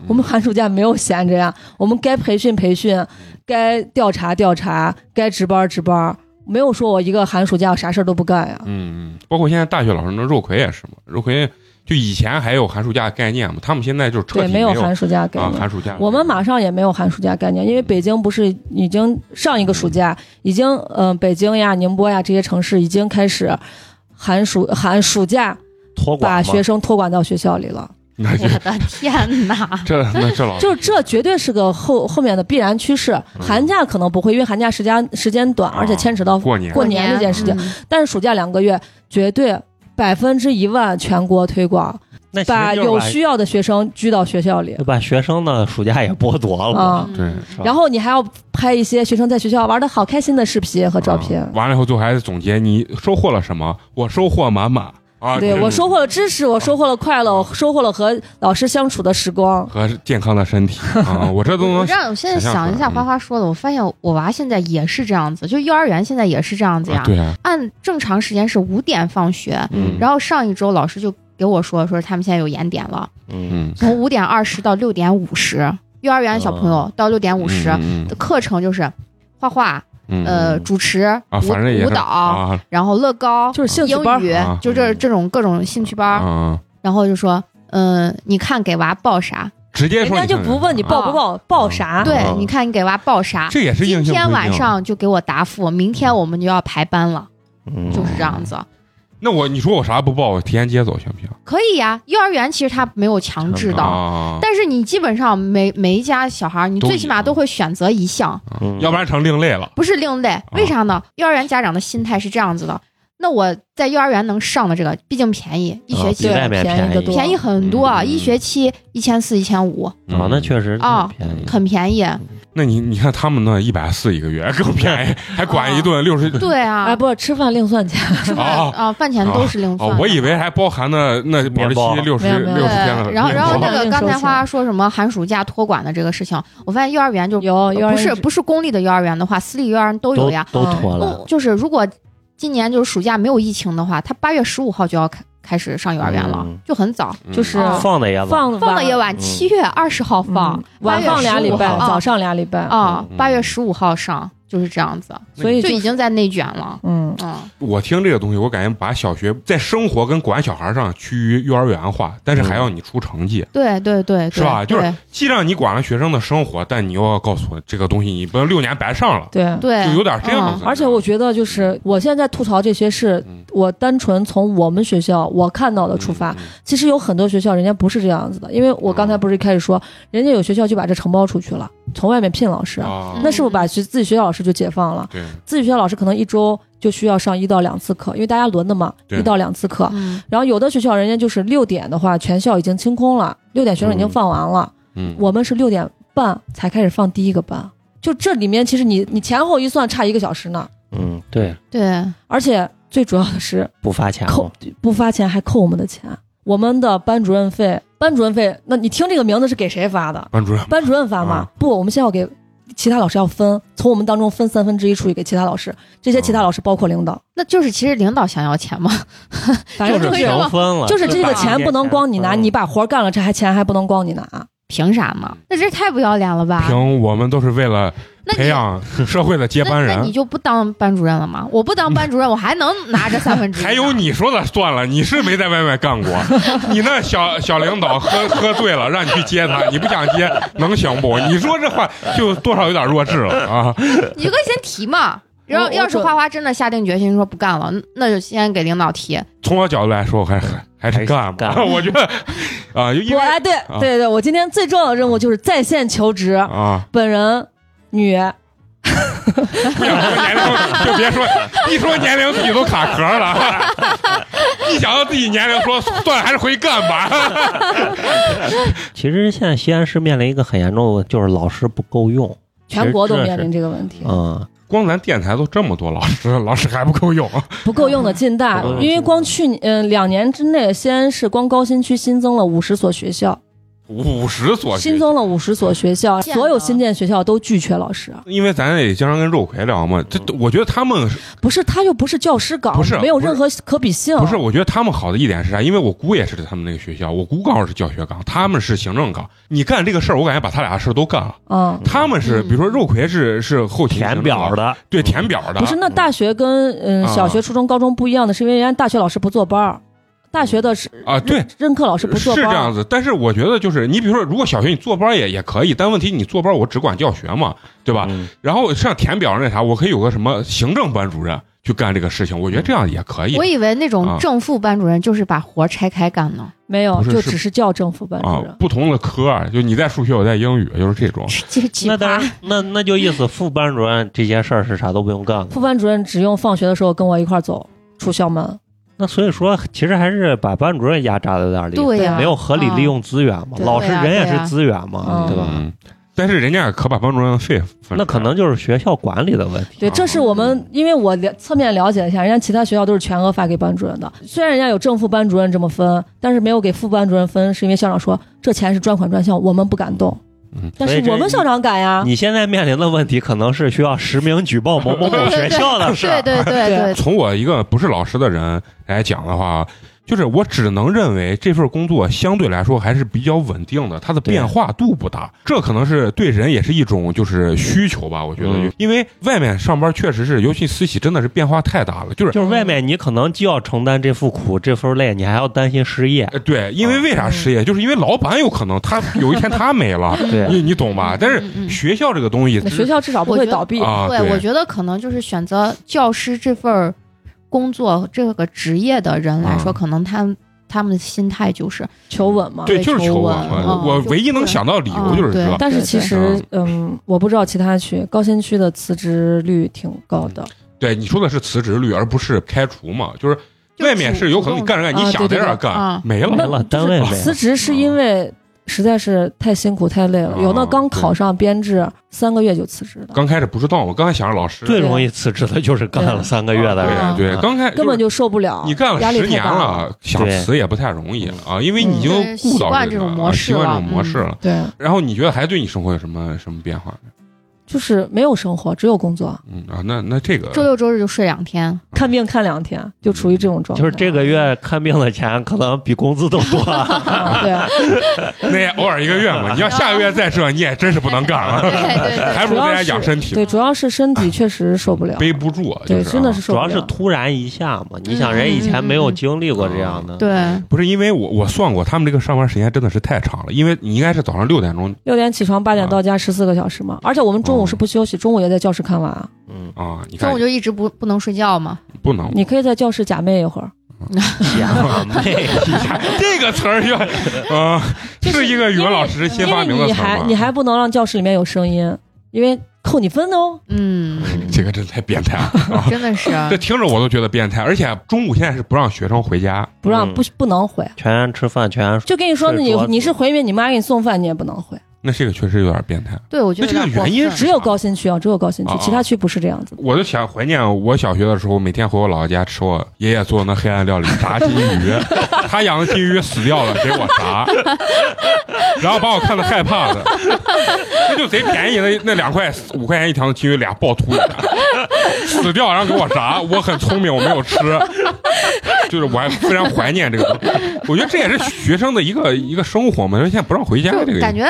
嗯我们寒暑假没有闲着呀，我们该培训培训，该调查调查，该值班值班，没有说我一个寒暑假啥事儿都不干呀。嗯嗯，包括现在大学老师那肉葵也是嘛，肉葵就以前还有寒暑假概念嘛，他们现在就是彻对，底没有寒暑假概啊念。寒暑假，我们马上也没有寒暑假概念，因为北京不是已经上一个暑假已经，嗯、北京呀、宁波呀这些城市已经开始寒暑寒暑假托管把嘛学生托管到学校里了。 那就嗯我的天 哪！这那这老师就是这绝对是个后后面的必然趋势。嗯寒假可能不会，因为寒假时间时间短，啊而且牵扯到，过年过年这件事情嗯但是暑假两个月绝对百分之一万全国推广，那其实把就是有需要的学生聚到学校里就把学生的暑假也剥夺了嘛。啊。对。嗯然后你还要拍一些学生在学校玩的好开心的视频和照片啊。嗯完了以后，最后还得总结你收获了什么？我收获满满啊！对嗯我收获了知识，我收获了快嗯乐，我收获了和老师相处的时光。和健康的身体 啊，我这都我能这样，我现在想象想一出来下嗯花花说的，我发现我娃现在也是这样子，就幼儿园现在也是这样子呀啊。对啊，按正常时间是五点放学，嗯然后上一周老师就给我说，说他们现在有延点了，嗯，嗯，从五点二十到六点五十，幼儿园小朋友到六点五十，哦嗯的课程就是画画、嗯嗯呃嗯主持、啊，舞反正也舞是蹈，啊然后乐高、就是兴趣班英语，啊就这这种各种兴趣班儿，啊，然后就说。嗯，你看给娃报啥？直接人说家就不问你报不报，报啥？对啊，你看你给娃报啥？啊这也是硬性规定今天晚上就给我答复，明天我们就要排班了，嗯就是这样子。那我你说我啥不报，我提前接走行不行？可以呀、幼儿园其实它没有强制的，啊，但是你基本上每每一家小孩儿，你都最起一码样都会选择一项，嗯要不然成另类了。啊不是另类。为啥呢？幼儿园家长的心态是这样子的。那我在幼儿园能上的这个，毕竟便宜，一学期啊比外面对便宜便得宜多便宜很多，嗯一学期一千四、一千五，啊，那确实哦是便宜。很便宜。那你你看他们那一百四一个月更 便宜，还管一顿 六十对啊，哎，不吃饭另算钱，吃饭哦 啊，饭钱都是零算哦的。，我以为还包含了那保质面包期六十没有没六有十天的对，面然后然后包那个刚才花花说什么寒暑假托管的这个事情，我发现幼儿园就呃有幼儿园不是不是公立的幼儿园的话，私立幼儿园都有都呀。都嗯脱了，就是如果今年就是暑假没有疫情的话，他八月十五号就要开开始上幼儿园了嗯，就很早，嗯就是哦放的也晚放放的也晚，嗯七月二十号放嗯，晚8放月俩礼15拜，号早上俩礼拜，啊，嗯八月十五号上就是这样子，那所以就就已经在内卷了。嗯，嗯，我听这个东西，我感觉把小学在生活跟管小孩上趋于幼儿园化，但是还要你出成绩，对对对，是吧？对就是既让你管了学生的生活，但你又要告诉我这个东西你不能六年白上了，对。对，就有点这样子。而且我觉得，就是我现在吐槽这些事嗯，我单纯从我们学校我看到的出发嗯，，其实有很多学校人家不是这样子的，因为我刚才不是一开始说，人家有学校就把这承包出去了，从外面聘老师嗯，啊那是不是把学自己学校老师就解放了？对，自己学校老师可能一周就需要上一到两次课，因为大家轮的嘛，对一到两次课。嗯，然后有的学校人家就是六点的话，全校已经清空了，六点学生已经放完了，嗯，我们是六点半才开始放第一个班，就这里面其实你你前后一算差一个小时呢，嗯，对，对，而且最主要的是不发钱扣了，不发钱还扣我们的钱，我们的班主任费，班主任费，那你听这个名字是给谁发的？班主任，班主任发吗？啊不，我们先要给其他老师要分，从我们当中分三分之一出去给其他老师，这些其他老师包括领导，那就是其实领导想要钱嘛，反正是嗯就是这样平分了，就是这个钱不能光你拿，你把把活干了，这还钱还不能光你拿。啊凭啥嘛？那这太不要脸了吧？嗯凭我们都是为了那培你养社会的接班那那你人。就不当班主任了吗？我不当班 主任，我还能拿着三分之一呢？还有你说的算了，你是没在外面干 过，你那小小领导喝喝醉了，让你去接他，你不想接能行不？你说这话就多少有点弱智了啊！你就可以先提嘛。然后，我要是我花花真的下定决心说不干了，那就先给领导提。从我角度来说，我还还还是干吧。干我觉得啊，就因我为哎，对啊对对，我今天最重要的任务就是在线求职，啊，本人女，不想说年龄，就别说一说年龄自己都卡壳了。一想到自己年龄，说算了，还是回去干吧。其实现在西安市面临一个很严重的，就是老师不够用，全国都其实面这临是。这个问题，嗯，光咱电台都这么多老师， 老师还不够用。不够用的进大不够，用因为进光大去年嗯、两年之内，西安市光高新区新增了五十所学校，五十所学新增了五十所学校，见所有了新建学校都拒缺老师。因为咱也经常跟肉葵聊嘛，这我觉得他们不是，他又不是教师岗，不是没有不是任何可比性。不是，我觉得他们好的一点是啥？因为我姑也是他们那个学校，我姑刚好是教学岗，他们是行政岗。你干这个事儿，我感觉把他俩的事儿都干了。嗯，他们是，嗯比如说肉葵是是后勤填表的，的，对填表的，不是，那大学跟嗯、啊小学、初中、高中不一样的是，因为人家大学老师不坐班儿，大学的是啊，对任，任课老师不坐是班这儿，样子。但是我觉得就是，你比如说，如果小学你坐班也也可以，但问题你坐班我只管教学嘛，对吧？嗯然后像填表那啥，我可以有个什么行政班主任去干这个事情，我觉嗯得这样也可以我以为那种啊正副班主任就是把活拆开干呢，没有不是就是只是叫正副班主啊任。。不同的科儿，就你在数学，我在英语，就是这种。这奇那当葩。 然，那那就意思副班主任这些事儿是啥都不用干了。副班主任只用放学的时候跟我一块儿走出校门，那所以说，其实还是把班主任压榨的有点厉害，对呀，没有合理利用资源嘛，嗯老师对呀啊人也对呀是资源嘛，嗯对吧？嗯，但是人家可把班主任的费分那可能就是学校管理的问题。对，这是我们因为我了侧面了解一下，人家其他学校都是全额发给班主任的，虽然人家有正副班主任这么分，但是没有给副班主任分，是因为校长说这钱是专款专项，我们不敢动嗯。但所以是这我们校长敢啊呀，你现在面临的问题，可能是需要实名举报某某某学校 的事儿。啊对 对对对从我一个不是老师的人来讲的话，就是我只能认为这份工作相对来说还是比较稳定的，它的变化度不大。这可能是对人也是一种就是需求吧，我觉得，嗯因为外面上班确实是，尤其私企真的是变化太大了，就是。就是外面你可能既要承担这份苦、这份累，你还要担心失业。呃对，因为为啥失业？就是因为老板有可能他有一天他没了，对啊你你懂吧？但是嗯 嗯学校这个东西，那学校至少不我会觉得倒闭。啊，对，我觉得可能就是选择教师这份儿工作这个职业的人来说，嗯可能他们他们的心态就是求稳嘛。对，就是求求稳嘛。嗯我就唯一能是想到理由嗯就是对这，但是其对对实，嗯，我不知道其他区，高新区的辞职率挺高的，对你说的是辞职率，而不是开除嘛，就是就外面是有可能你干着干，主你动想在这儿啊干、啊没了没了，单位没辞了，职是因为实在是太辛苦太累了，有那刚考上编制三个月就辞职的，刚开始不知道，我刚才想着老师，最容易辞职的就是干了三个月的对人，啊对，刚开根本就就受不了，是你干压了力十太年大了。了，想辞也不太容易了啊，因为你已经嗯顾到习惯这这个种了模式习惯这了种模式嗯了。对，然后你觉得还对你生活有什么什么变化？就是没有生活，只有工作，嗯啊，那那这个周六周日就睡两天，看病看两天，就处于这种状态。就是这个月看病的钱可能比工资都多。啊， 对，那也偶尔一个月嘛，你要下个月再这，你也真是不能干对了，对对，还不如在家养身体，对，主要是身啊体确实受不了，背不住啊，就对，是啊真的是受主不了。要是突然一下嘛，你想人以前没有经历过这样的，对，不是因为我我算过，他们这个上班时间真的是太长了，因为你应该是早上六点钟六点起床，八点到啊家，十四个小时嘛。而且我们哦中午是不休息，中午也在教室看娃。嗯，啊，你中看午就一直不不能睡觉嘛，不能你可以在教室假寐一会儿，姐妹， 这个词儿要啊，就是一个语文老师因新发为明的你词儿还吗你还不能让教室里面有声音，因为扣你分的哦。嗯，这个真太变态了，啊真的 是，这听着我都觉得变态，而且中午现在是不让学生回家，不让嗯不不能回。全吃饭全就跟你说，是你桌子你是回民，你妈给你送饭，你也不能回。那这个确实有点变态。对我觉得那这个有点过分原因是只有高新区啊，只有高新区啊，其他区不是这样子的。我就想怀念我小学的时候，每天回我姥姥家吃我爷爷做的那黑暗料理炸金鱼，他养的金鱼死掉了，给我炸，然后把我看的害怕的，那就贼便宜，那那两块五块钱一条的金鱼俩爆秃了，死掉然后给我炸，我很聪明，我没有吃，就是我还非常怀念这个东西，我觉得这也是学生的一个一个生活嘛，因为现在不让回家这就个感觉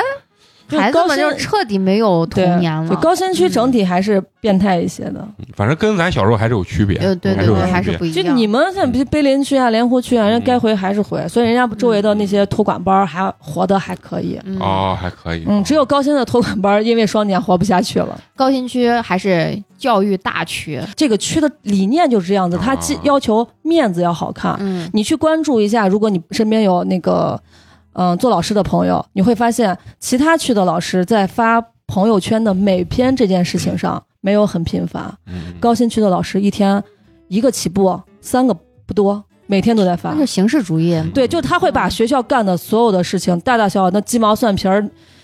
就孩子高们新就彻底没有对啊童年，就了。高新区整体还是变态一些的。反正跟咱小时候还是有区别，呃，对对有对，区别还是不一就样。嗯你们像比如碑林区啊、莲湖区啊，人家该回还是回，所以人家周围的那些托管班儿还活得还可以。嗯，哦，还可以，嗯，只有高新的托管班儿因为双年活不下去了。高新区还是教育大区，这个区的理念就是这样子，它既啊要求面子要好看，嗯，你去关注一下，如果你身边有那个嗯、做老师的朋友，你会发现其他区的老师在发朋友圈的每篇这件事情上没有很频繁，嗯高新区的老师一天一个起步，三个不多，每天都在发那。就形式主义，嗯对，就他会把学校干的所有的事情，大大小小那鸡毛蒜皮儿，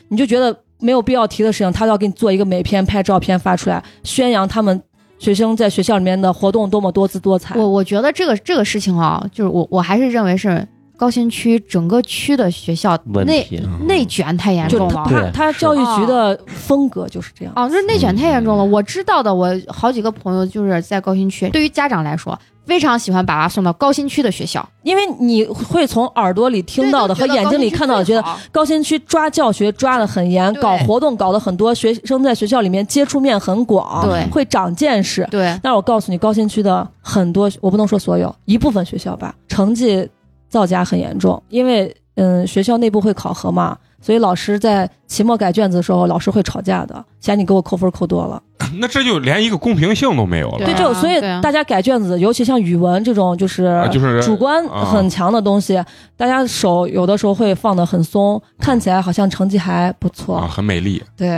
你就觉得没有必要提的事情，他都要给你做一个每篇拍照片发出来，宣扬他们学生在学校里面的活动多么多姿多彩。我我觉得这个这个事情啊，就是我我还是认为是高新区整个区的学校问内题，嗯内卷太严就重了他。对他他是教育局的风格就是这样。哦，就是内卷太严重嗯了。我知道的，我好几个朋友就是在高新区。对于家长来说，非常喜欢把娃送到高新区的学校，因为你会从耳朵里听到的和眼睛里看到的，觉得高新区抓教学抓得很严，对搞活动搞得很多，学生在学校里面接触面很广，对会长见识。 对但是我告诉你，高新区的很多，我不能说所有，一部分学校吧，成绩造假很严重，因为嗯，学校内部会考核嘛，所以老师在期末改卷子的时候，老师会吵架的，嫌你给我扣分扣多了。 那这就连一个公平性都没有了，对对，啊就所以对啊大家改卷子，尤其像语文这种，就是啊，就是主观啊很强的东西，大家手有的时候会放得很松，看起来好像成绩还不啊，错。很美丽，对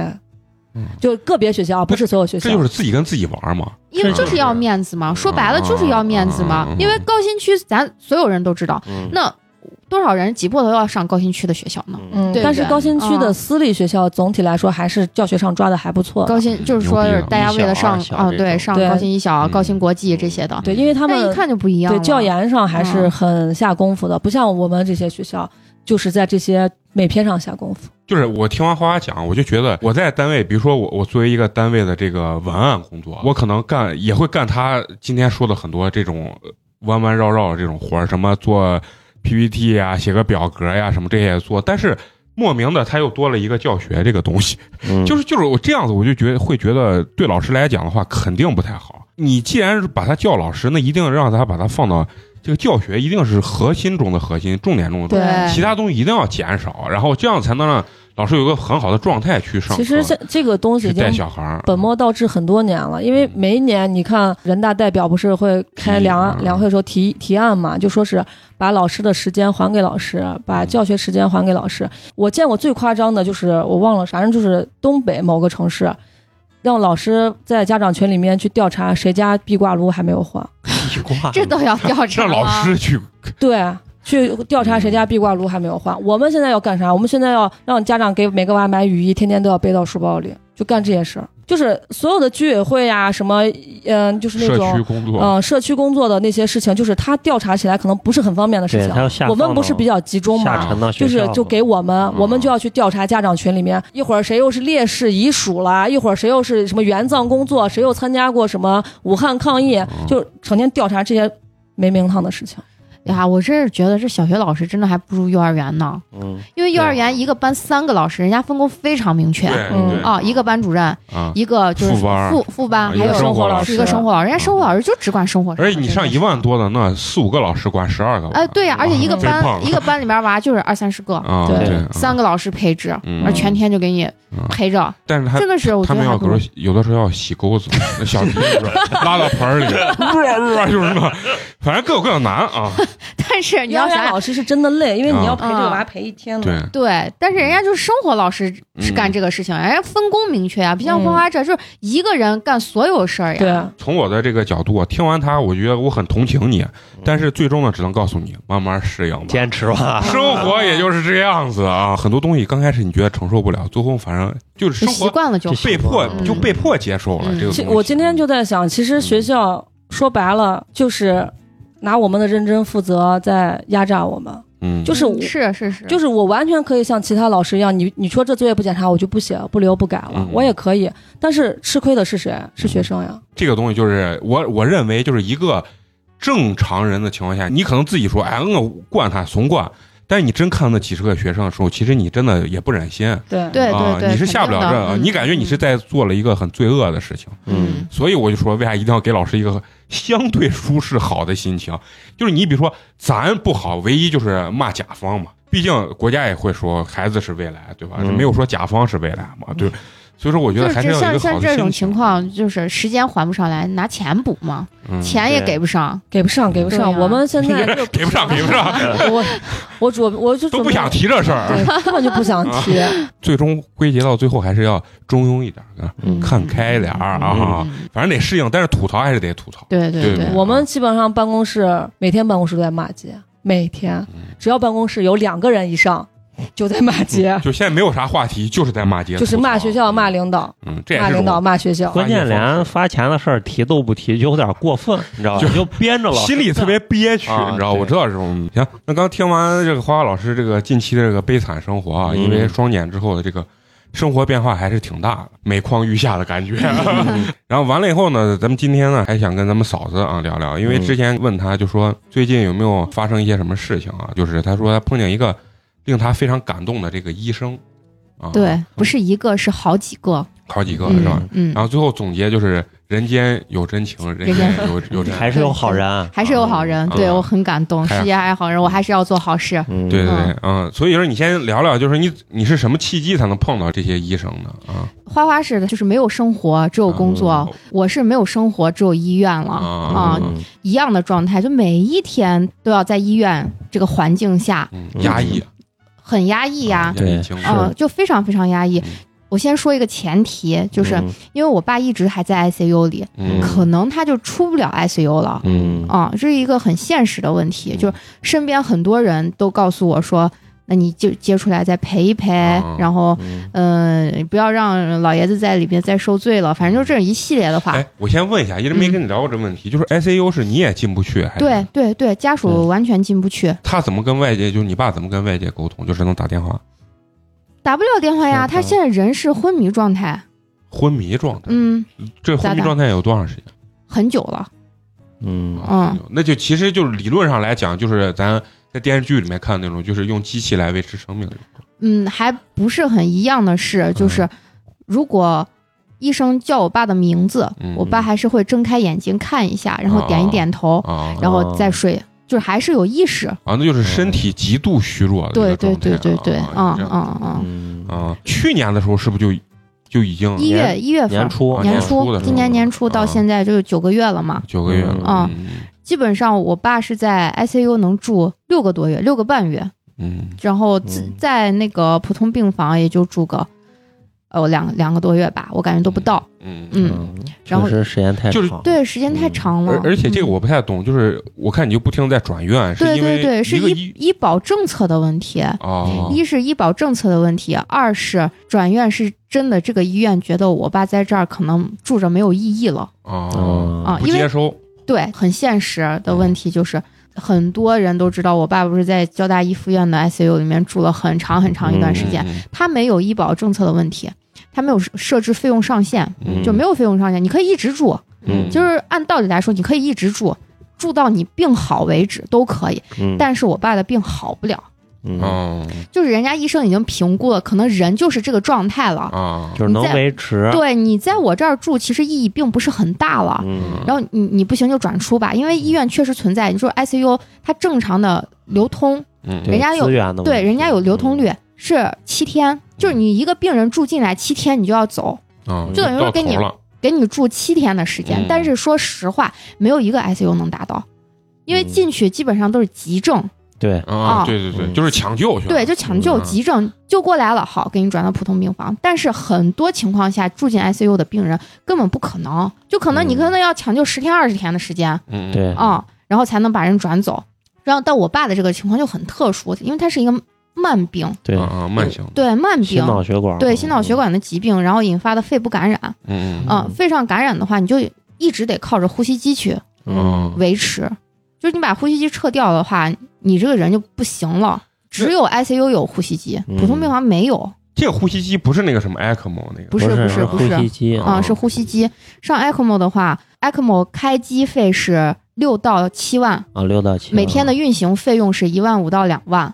嗯，就个别学校啊，不是所有学校这。就是自己跟自己玩嘛。因为这就就是是要面子嘛，说白了就是要面子嘛。嗯因为高新区，咱所有人都知道，嗯那多少人挤破头要上高新区的学校呢？嗯，对但是对高新区的嗯私立学校总体来说还是教学上抓的还不错的。高新就是说牛逼啊大家为了上一小二小啊，这对，种上对高新一小、嗯高新国际这些的，对，因为他但们一看就不一样嗯对了。教研上还是很下功夫的，不像我们这些学校，就是在这些每篇上下功夫。就是我听完花花讲，我就觉得我在单位，比如说我我作为一个单位的这个文案工作，我可能干也会干他今天说的很多这种呃弯弯绕绕的这种活儿，什么做 PPT 呀、啊写个表格呀、什么这些也做，但是莫名的他又多了一个教学这个东西，嗯就是就是我这样子，我就觉得会觉得对老师来讲的话，肯定不太好。你既然是把他叫老师，那一定让他把他放到这个教学，一定是核心中的核心，重点中的重对点，其他东西一定要减少，然后这样才能让老师有个很好的状态去上课。其实这这个东西去已经带小孩儿，本末倒置很多年了，因为每一年你看人大代表不是会开提两嗯两会的时候提提案嘛，就说是把老师的时间还给老师，把教学时间还给老师。我见过最夸张的就是我忘了，反正就是东北某个城市，让老师在家长群里面去调查谁家壁挂炉还没有换，一挂这都要 调查让吗老师去啊对，去调查谁家壁挂炉还没有换。我们现在要干啥？我们现在要让家长给每个娃买雨衣，天天都要背到书包里，就干这些事儿。就是所有的居委会呀、什么，嗯、就是那社种区工作，嗯、社区工作的那些事情，就是他调查起来可能不是很方便的事对，情他。要下我们放不是到比较集中下嘛，沉到学就是校就嘛给我们嗯，我们就要去调查家长群里面，一会儿谁又是烈士遗属啦，一会儿谁又是什么援藏工作，谁又参加过什么武汉抗疫，嗯就成天调查这些没名堂的事情。哎呀，我真是觉得这小学老师真的还不如幼儿园呢，嗯，因为幼儿对园一个班三个老师，人家分工非常明确对嗯对啊，一个班主任，啊，一个就是副班儿副副班，啊一还个有生活老是一个师生活老师，人家生活嗯老师就只管生活上的而事儿。且你上一万多的那四五个老师管十二个娃，哎，对呀，而且一个真班棒一个班里面娃就是二三十个，啊，对对，三个，个老师配置，嗯而全天就给你嗯陪着，但是他真的是我觉他得们哦还要不比如如。有的时候要洗钩子，那小蹄子拉到盆儿里，呜啊呜啊就是那，反正各有各的难啊。但是你幼儿要园想想，老师是真的累，因为你要啊陪这个娃陪一天呢。对，对，啊但是人家就是生活老师是嗯干这个事情，人家分工明确呀，啊不像嗯花花这就是一个人干所有事儿呀。对，啊从我的这个角度，我听完他，我觉得我很同情你，但是最终呢，只能告诉你，慢慢适应吧。坚持吧，生活也就是这样子啊，很多东西刚开始你觉得承受不了，最后反正就是就生习活惯了就就好被迫嗯就被迫接受了嗯这个东西其。我今天就在想，其实学校嗯说白了就是拿我们的认真负责在压榨我们，嗯，就是我嗯是是是，就是我完全可以像其他老师一样，你你说这作业不检查，我就不写了，不留不改了，嗯我也可以。但是吃亏的是谁？是学生呀。这个东西就是我我认为就是一个正常人的情况下，你可能自己说哎，我惯他怂惯，但是你真看那几十个学生的时候，其实你真的也不忍心。对对啊对对，你是肯下不定了的这个，嗯你感觉你是在做了一个很罪恶的事情，嗯嗯，所以我就说，为啥一定要给老师一个相对舒适好的心情？就是你比如说，咱不好，唯一就是骂甲方嘛，毕竟国家也会说孩子是未来，对吧？嗯就没有说甲方是未来嘛，对。所以说，我觉嗯就得是还是这要有像一个好像的这心种情。情况，就是时间还不上来，拿钱补嘛，嗯钱也对给不上，给不上，给不上。对呀啊我们现在 就给不上，给不上，我我主我就都准不备想提这事儿。对，根本就不想提。最终归结到最后，还是要中庸一点儿，嗯看开点儿啊。嗯反正得适应，但是吐槽还是得吐槽。对对对我们基本上办公室每天办公室都在骂街，每天嗯只要办公室有两个人以上就在骂街，就现在没有啥话题，就是在骂街，啊 就是骂学校、骂领导、嗯，这也骂是领导、种骂学校。关键连发钱的事儿提都不提，就有点过分，你知道吧？ 就你就编着老心里特别憋屈，啊你知道？对我知道这种。行，那刚听完这个花花老师这个近期的这个悲惨生活啊，嗯因为双减之后的这个。生活变化还是挺大的，每况愈下的感觉。嗯 然后完了以后呢，咱们今天呢还想跟咱们嫂子啊聊聊，因为嗯之前问她就说最近有没有发生一些什么事情啊？就是她说她碰见一个令她非常感动的这个医生啊，对，不是一个是好几个，好几个嗯是吧？嗯，然后最后总结就是人间有真情，人 人间有有真爱。还是有好人， 还是有好人，啊对我很感动，太世界还有好人，我还是要做好事。嗯对对对，嗯，所以说你先聊聊，就是你你是什么契机才能碰到这些医生呢？啊花花是的，就是没有生活，只有工作；哦我是没有生活，只有医院了啊、嗯一样的状态，就每一天都要在医院这个环境下，嗯，嗯压啊抑很压抑呀、啊压抑对情绪是嗯，就非常非常压抑嗯。我先说一个前提，就是嗯因为我爸一直还在 ICU 里，嗯可能他就出不了 ICU 了。嗯啊、这是一个很现实的问题。嗯就是身边很多人都告诉我说，那你就接出来再陪一陪，啊然后嗯嗯、呃不要让老爷子在里边再受罪了。反正就这一系列的话，哎，我先问一下，一直没跟你聊过这嗯问题，就是 ICU 是你也进不去，还是对？对对，家属嗯对完全进不去，他怎么跟外界，就是你爸怎么跟外界沟通？就是能打电话，打不了电话嗯呀。是他的现在人是昏迷状态，昏迷状态。嗯，这昏迷咋打状态有多长时间？很久了，嗯嗯，那就其实就是理论上来讲，就是咱在电视剧里面看那种，就是用机器来维持生命的。嗯，还不是很一样的嗯是，就是如果。医生叫我爸的名字，嗯我爸还是会睁开眼睛看一下，然后点一啊点头，啊然后再睡，就是还是有意识。啊，那就是身体极度虚弱的一对个对状态对对对，啊嗯你这样嗯嗯。嗯啊，去年的时候是不是就就已经一月一月份年，初啊年年初的时候啊今年年初到现在就是九个月了嘛。九个月了？嗯嗯基本上我爸是在 ICU 能住六个多月，六个半月，嗯然后自嗯在那个普通病房也就住个呃两两个多月吧，我感觉都不到。嗯嗯，，然后确实时间太就是长，，对，时间太长了而。而且这个嗯我不太懂，就是我看你就不停地在转院，是对因为对对，是一个医医保政策的问题。啊，一是医保政策的问题，二是转院是真的这个医院觉得我爸在这儿可能住着没有意义了啊，嗯啊，不因为接收对，很现实的问题就是，很多人都知道我爸不是在交大一附院的 ICU 里面住了很长很长一段时间，嗯嗯他没有医保政策的问题，他没有设置费用上限，嗯就没有费用上限，你可以一直住，嗯就是按道理来说，你可以一直住，住到你病好为止都可以。嗯但是我爸的病好不了，嗯，啊就是人家医生已经评估了，可能人就是这个状态了。啊，就是能你在维持，对你在我这儿住，其实意义并不是很大了。嗯然后你你不行就转出吧，因为医院确实存在。你说 ICU 它正常的流通，嗯对人家有资源的问题对，人家有流通率、嗯是七天，就是你一个病人住进来七天你就要走，啊，就等于说到头跟你了，给你住七天的时间。嗯但是说实话，没有一个 ICU 能达到，因为嗯进去基本上都是急症，对，啊，啊对对对，嗯就是抢救去了，对，就抢救嗯急症救过来了，好给你转到普通病房。但是很多情况下住进 ICU 的病人根本不可能，就可能你嗯可能要抢救十天二十天的时间，嗯对啊，然后才能把人转走。然后，但我爸的这个情况就很特殊，因为他是一个慢病，对啊，啊慢性，对慢心病，脑血管，对心脑血管的疾病，然后引发的肺部感染，嗯啊，肺上感染的话，你就一直得靠着呼吸机去嗯维持，就是你把呼吸机撤掉的话，你这个人就不行了。只有 ICU 有呼吸机，普嗯通病房没有，这个呼吸机不是那个什么 ECMO 那个，不是不是是不呼吸是，机啊啊，是呼吸机。上 ECMO 的话，ECMO 开机费是六到七万，啊，六到七每天的，运行费用是一万五到两万。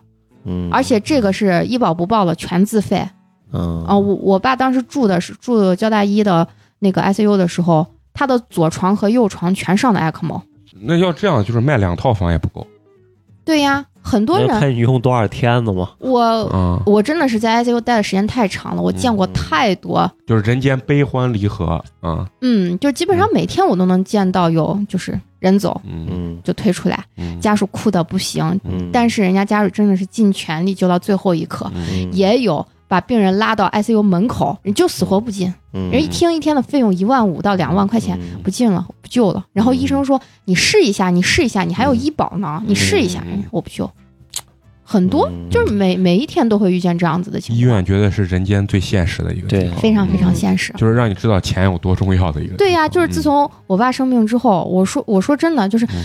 嗯，而且这个是医保不报了，全自费啊、嗯我我爸当时住的是住交大一的那个 ICU 的时候，他的左床和右床全上的 ECMO。那要这样就是卖两套房也不够对呀，很多那人，看你用多少天的嘛，我啊，我真的是在 ICU 待的时间太长了，我见过太多，就是人间悲欢离合啊，嗯，就基本上每天我都能见到有就是人走嗯嗯就推出来，嗯，家属哭的不行，嗯，但是是人家家属真的是尽全力救到最后一刻，嗯也有。把病人拉到 ICU 门口，人就死活不进。嗯人一听一天的费用一万五到两万块钱，嗯不进了，我不救了。然后医嗯生说：“你试一下，你试一下，你还有医保呢，你试一下。嗯哎”我不救，很多嗯就是每每一天都会遇见这样子的情医况，院绝对是人间最现实的一个地对方，非常非常嗯现实。就是让你知道钱有多重要的一个地方。对呀、就是自嗯从我爸生病之后，我说我说真的，就是、嗯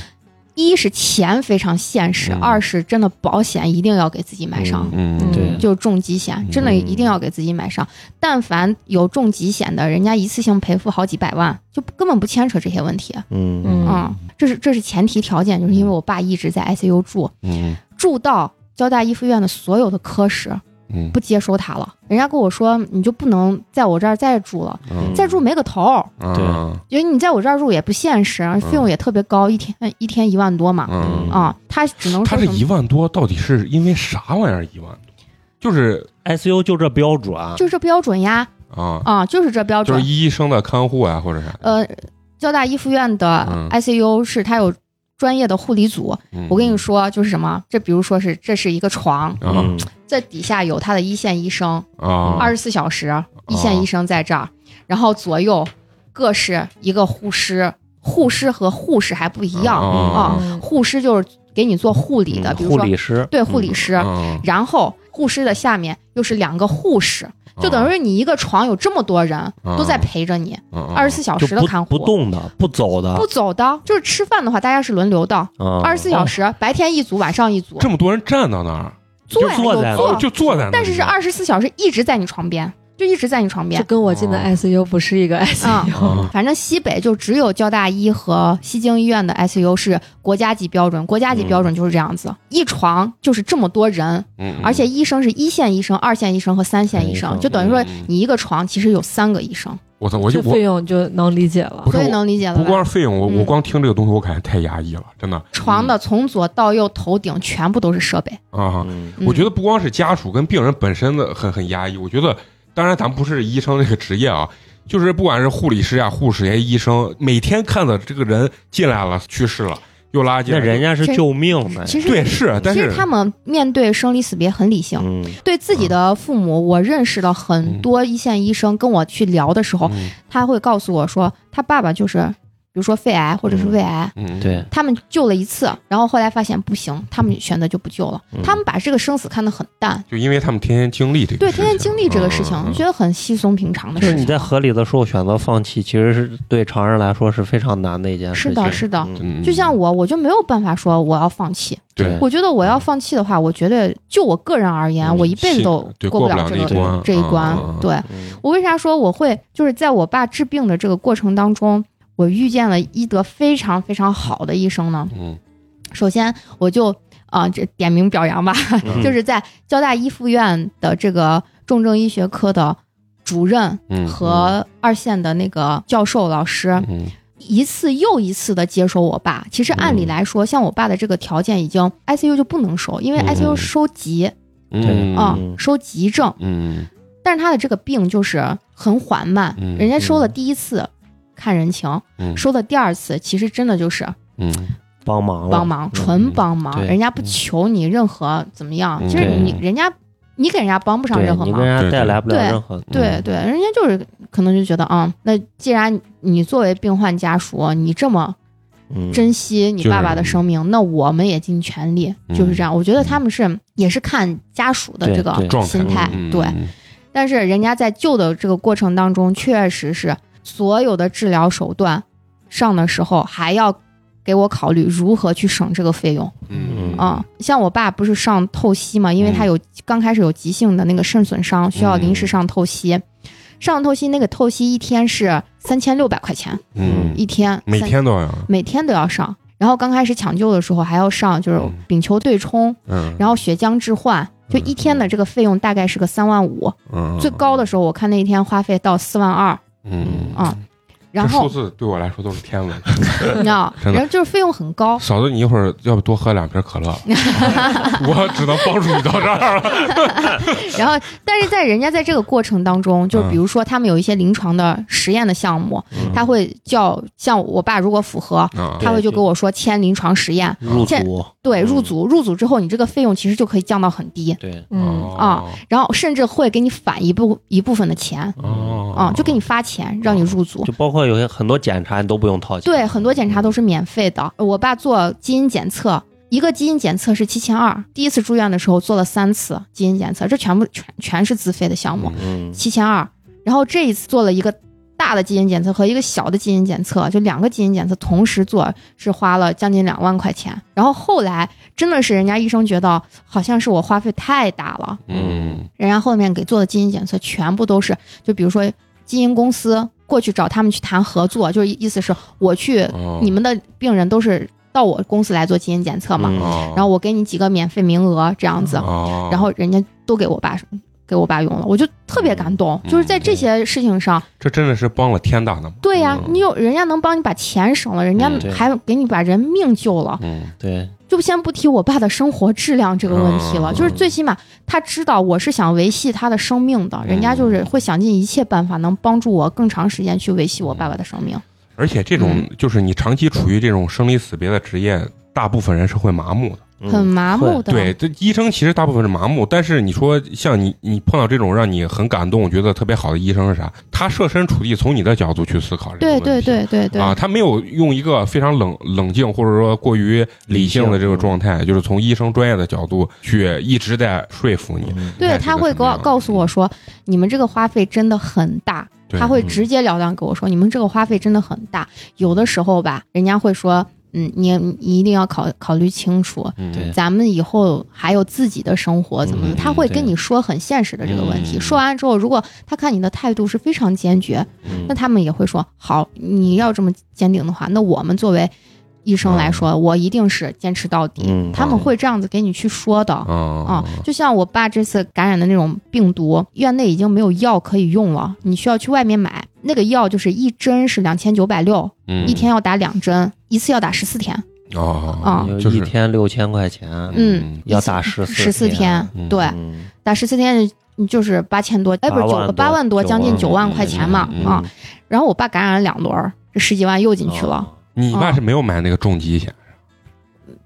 一是钱非常现实，嗯二是真的保险一定要给自己买上。嗯对就是重疾险，真的嗯一定要给自己买上。但凡有重疾险的，人家一次性赔付好几百万，就不根本不牵扯这些问题。嗯嗯嗯，这是这是前提条件，就是因为我爸一直在 ICU 住，嗯住到交大一附院的所有的科室嗯不接收他了。人家跟我说，你就不能在我这儿再住了，嗯再住没个头儿，嗯对嗯因为你在我这儿住也不现实，费用也特别高，一天一天一万多嘛。嗯嗯，啊，他只能他说这什么一万多到底是因为啥玩意儿？一万多，就是，ICU 就这标准啊，就是这标准呀，啊，啊，就是这标就是准。医生的看护啊，或者啥。呃，交大一附院嗯的 ICU 是它有专业的护理组，嗯，我跟你说就是什么，这比如说是这是一个床，啊嗯这底下有他的一线医生，啊，二十四小时，一线医生在这儿，然后左右各是一个护师，护师和护士还不一样啊啊、护师就是给你做护理的，嗯比如护说理师，对护理师，啊，然后护士的下面又是两个护士，就等于是你一个床有这么多人、啊都在陪着你，二二十四小就时的看不护。不动的，不走啊的，啊不走的，就是吃饭的话，大家是轮流的，二十四小时，时，白天一组，晚上一组，哦这么多人站到那儿，坐呀就坐在哦，有那坐，就坐在那儿，但是是二十四小时一直在你床边，就一直在你床边这。跟我进的哦 ICU 不是一 个 ICU，、啊反正西北就只有交大一和西京医院的 ICU 是国家级标准，国家级标准就是这样子，一床就是这么多人，嗯，嗯而且医生是一线医生、二线医生和三线医三线生，医生就等于说嗯你一个床其实有三个医生，我操，我就这我哦费用就能理解了不。是所以我能理解了不光吧？是费用，我我嗯光听这个东西，我感觉太压抑了，真的床的从左到右头顶全部都是设备，啊。嗯嗯我觉得不光是家属跟病人本身的很很压抑，我觉得，当然咱不是医生这个职业啊，就是不管是护理师呀、护士呀、医生，每天看着这个人进来了、去世了，又拉进那来。人家是救命的，其实对是，啊但其是实他们面对生离死别很理性，嗯，对自己的父母，我认识的很多一线医生跟我去聊的时候，嗯他会告诉我说，他爸爸就是，比如说肺癌或者是胃癌，嗯，对，他们救了一次，然后后来发现不行，他们选择就不救了。嗯他们把这个生死看得很淡，就因为他们天天经历这个，对，天天经历这个事情，嗯嗯嗯觉得很稀松平常的就是事你情。在合理的时候选择放弃，其实是对常人来说是非常难的一件事是情。的，是的。嗯嗯，就像我，我就没有办法说我要放弃。对我觉得我要放弃的话，我觉得就我个人而言，嗯我一辈子都对过不了了这那个关，这一关嗯。嗯嗯对，嗯我为啥说我会就是在我爸治病的这个过程当中，我遇见了医德非常非常好的医生呢？嗯，首先，我就啊、这点名表扬吧，嗯 就是在交大医附院的这个重症医学科的主任嗯和二线的那个教授老师，嗯一次又一次的接收我爸。其实按理来说，像我爸的这个条件已经 ICU 就不能收，因为嗯 ICU 收急嗯啊、嗯收急症。嗯但是他的这个病就是很缓慢，嗯人家收了第一次看人情，嗯收了第二次其实真的就是嗯帮忙了帮忙，纯帮忙，对人家不求你任何怎么样，嗯其实你对人家你给人家帮不上对任何你忙为。对人家嗯带对来不了对任何对对，人家就是可能就觉得啊、那既然你作为病患家属，你这么嗯珍惜你爸爸的生命，那我们也尽全力，嗯就是这样。我觉得他们是也是看家属的对这个对状态心态，嗯对。但是人家在救的这个过程当中，确实是所有的治疗手段上的时候，还要给我考虑如何去省这个费用嗯啊、像我爸不是上透析嘛，因为他有、刚开始有急性的那个肾损伤，需要临嗯时上透析。上透析那个透析一天是三千六百块钱，嗯，一天每三天都要每天都要上。然后刚开始抢救的时候还要上，就是嗯丙球对冲，嗯，然后血浆置换，就一天的这个费用大概是个三万五。嗯最高的时候，我看那一天花费到四万二，嗯啊然这数后字对我来说都是天文。你知道， 真的，然后就是费用很 高嫂子，你一会儿要不多喝两瓶可 乐？我只能帮助你到这儿了。然后但是在人家在这个过程当中，嗯就是比如说他们有一些临床的实验的项目，他会叫像我爸如果符合，啊嗯他会就跟我说签临床实验，入现主对，嗯入组入组之后，你这个费用其实就可以降到很低，对嗯，哦啊然后甚至会给你返一部一部分的钱，哦啊，就给你发钱让你入组。就包括有些很多检查你都不用掏钱，对，很多检查都是免费的。我爸做基因检测，一个基因检测是七千二，第一次住院的时候做了三次基因检测，这全部全全是自费的项目，嗯七千二。然后这一次做了一个大的基因检测和一个小的基因检测，就两个基因检测同时做，是花了将近两万块钱。然后后来真的是人家医生觉得好像是我花费太大了，嗯人家后面给做的基因检测全部都是，就比如说基因公司过去找他们去谈合作，就是意思是我去哦呃你们的病人都是到我公司来做基因检测嘛，嗯哦然后我给你几个免费名额这样子，哦然后人家都给我爸给我爸用了，我就特别感动，嗯就是在这些事情上，这真的是帮了天大的忙。对呀、嗯你有人家能帮你把钱省了，人家嗯对还给你把人命救了，嗯对就先不提我爸的生活质量这个问题了，嗯就是最起码他知道我是想维系他的生命嗯的，人家就是会想尽一切办法能帮助我更长时间去维系我爸爸的生命。而且这种嗯就是你长期处于这种生离死别的职业，大部分人是会麻木的。很麻木会的，对，这医生其实大部分是麻木，但是你说像你，你碰到这种让你很感动、觉得特别好的医生是啥？他设身处地从你的角度去思考这个对问题。对对对对啊，他没有用一个非常冷冷静或者说过于理性的这嗯个状态，就是从医生专业的角度去一直在说服嗯你。对，他会给我啊告诉我说，你们这个花费真的很大，对嗯他会直截了当跟我说，你们这个花费真的很大。有的时候吧，人家会说，嗯，你你一定要考考虑清楚，嗯对咱们以后还有自己的生活怎么嗯的，他会跟你说很现实的这个问题。嗯说完之后，如果他看你的态度是非常坚决，嗯那他们也会说好，你要这么坚定的话，那我们作为医生嗯来说，我一定是坚持到底。嗯他们会这样子给你去说的。啊啊，就像我爸这次感染的那种病毒，院内已经没有药可以用了，你需要去外面买。那个药就是一针是两千九百六，嗯一天要打两针，一次要打十四天，啊啊有就是一天六千块钱嗯要打十十四四天，嗯对，嗯打十四天就是八千多，哎，不是八万九多八万多，九万将近九万嗯块钱嘛嗯嗯啊。然后我爸感染了两轮儿，这十几万又进去了。哦你爸是没有买那个重疾险，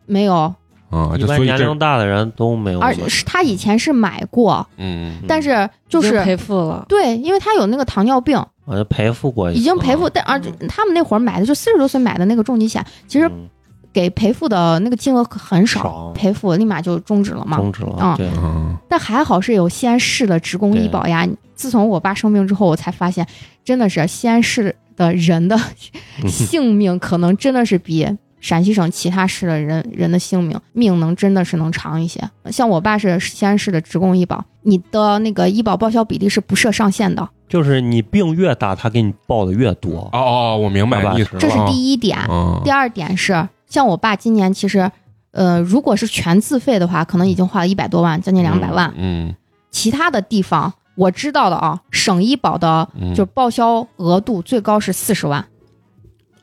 没有，啊，哦一这般所以年这龄大的人都没有买。而是他以前是买过，嗯，但是就已经是赔付了，对，因为他有那个糖尿病，好像赔付过一次，啊已经赔付，但而他们那会儿买的就四十多岁买的那个重疾险，其实嗯给赔付的那个金额可很少，少赔付立马就终止了嘛。终止了嗯。对，嗯，但还好是有西安市的职工医保呀。自从我爸生病之后，我才发现，真的是西安市的人的 性命可能真的是比陕西省其他市的人人的性命命能真的是能长一些。像我爸是西安市的职工医保，你的那个医保报销比例是不设上限的，就是你病越大，他给你报的越多。哦哦，我明白好吧意思了啊，这是第一点。啊第二点是，像我爸今年其实，呃，如果是全自费的话，可能已经花了一百多万，将近两百万。嗯其他的地方我知道的啊，省医保的嗯，就报销额度最高是四十万，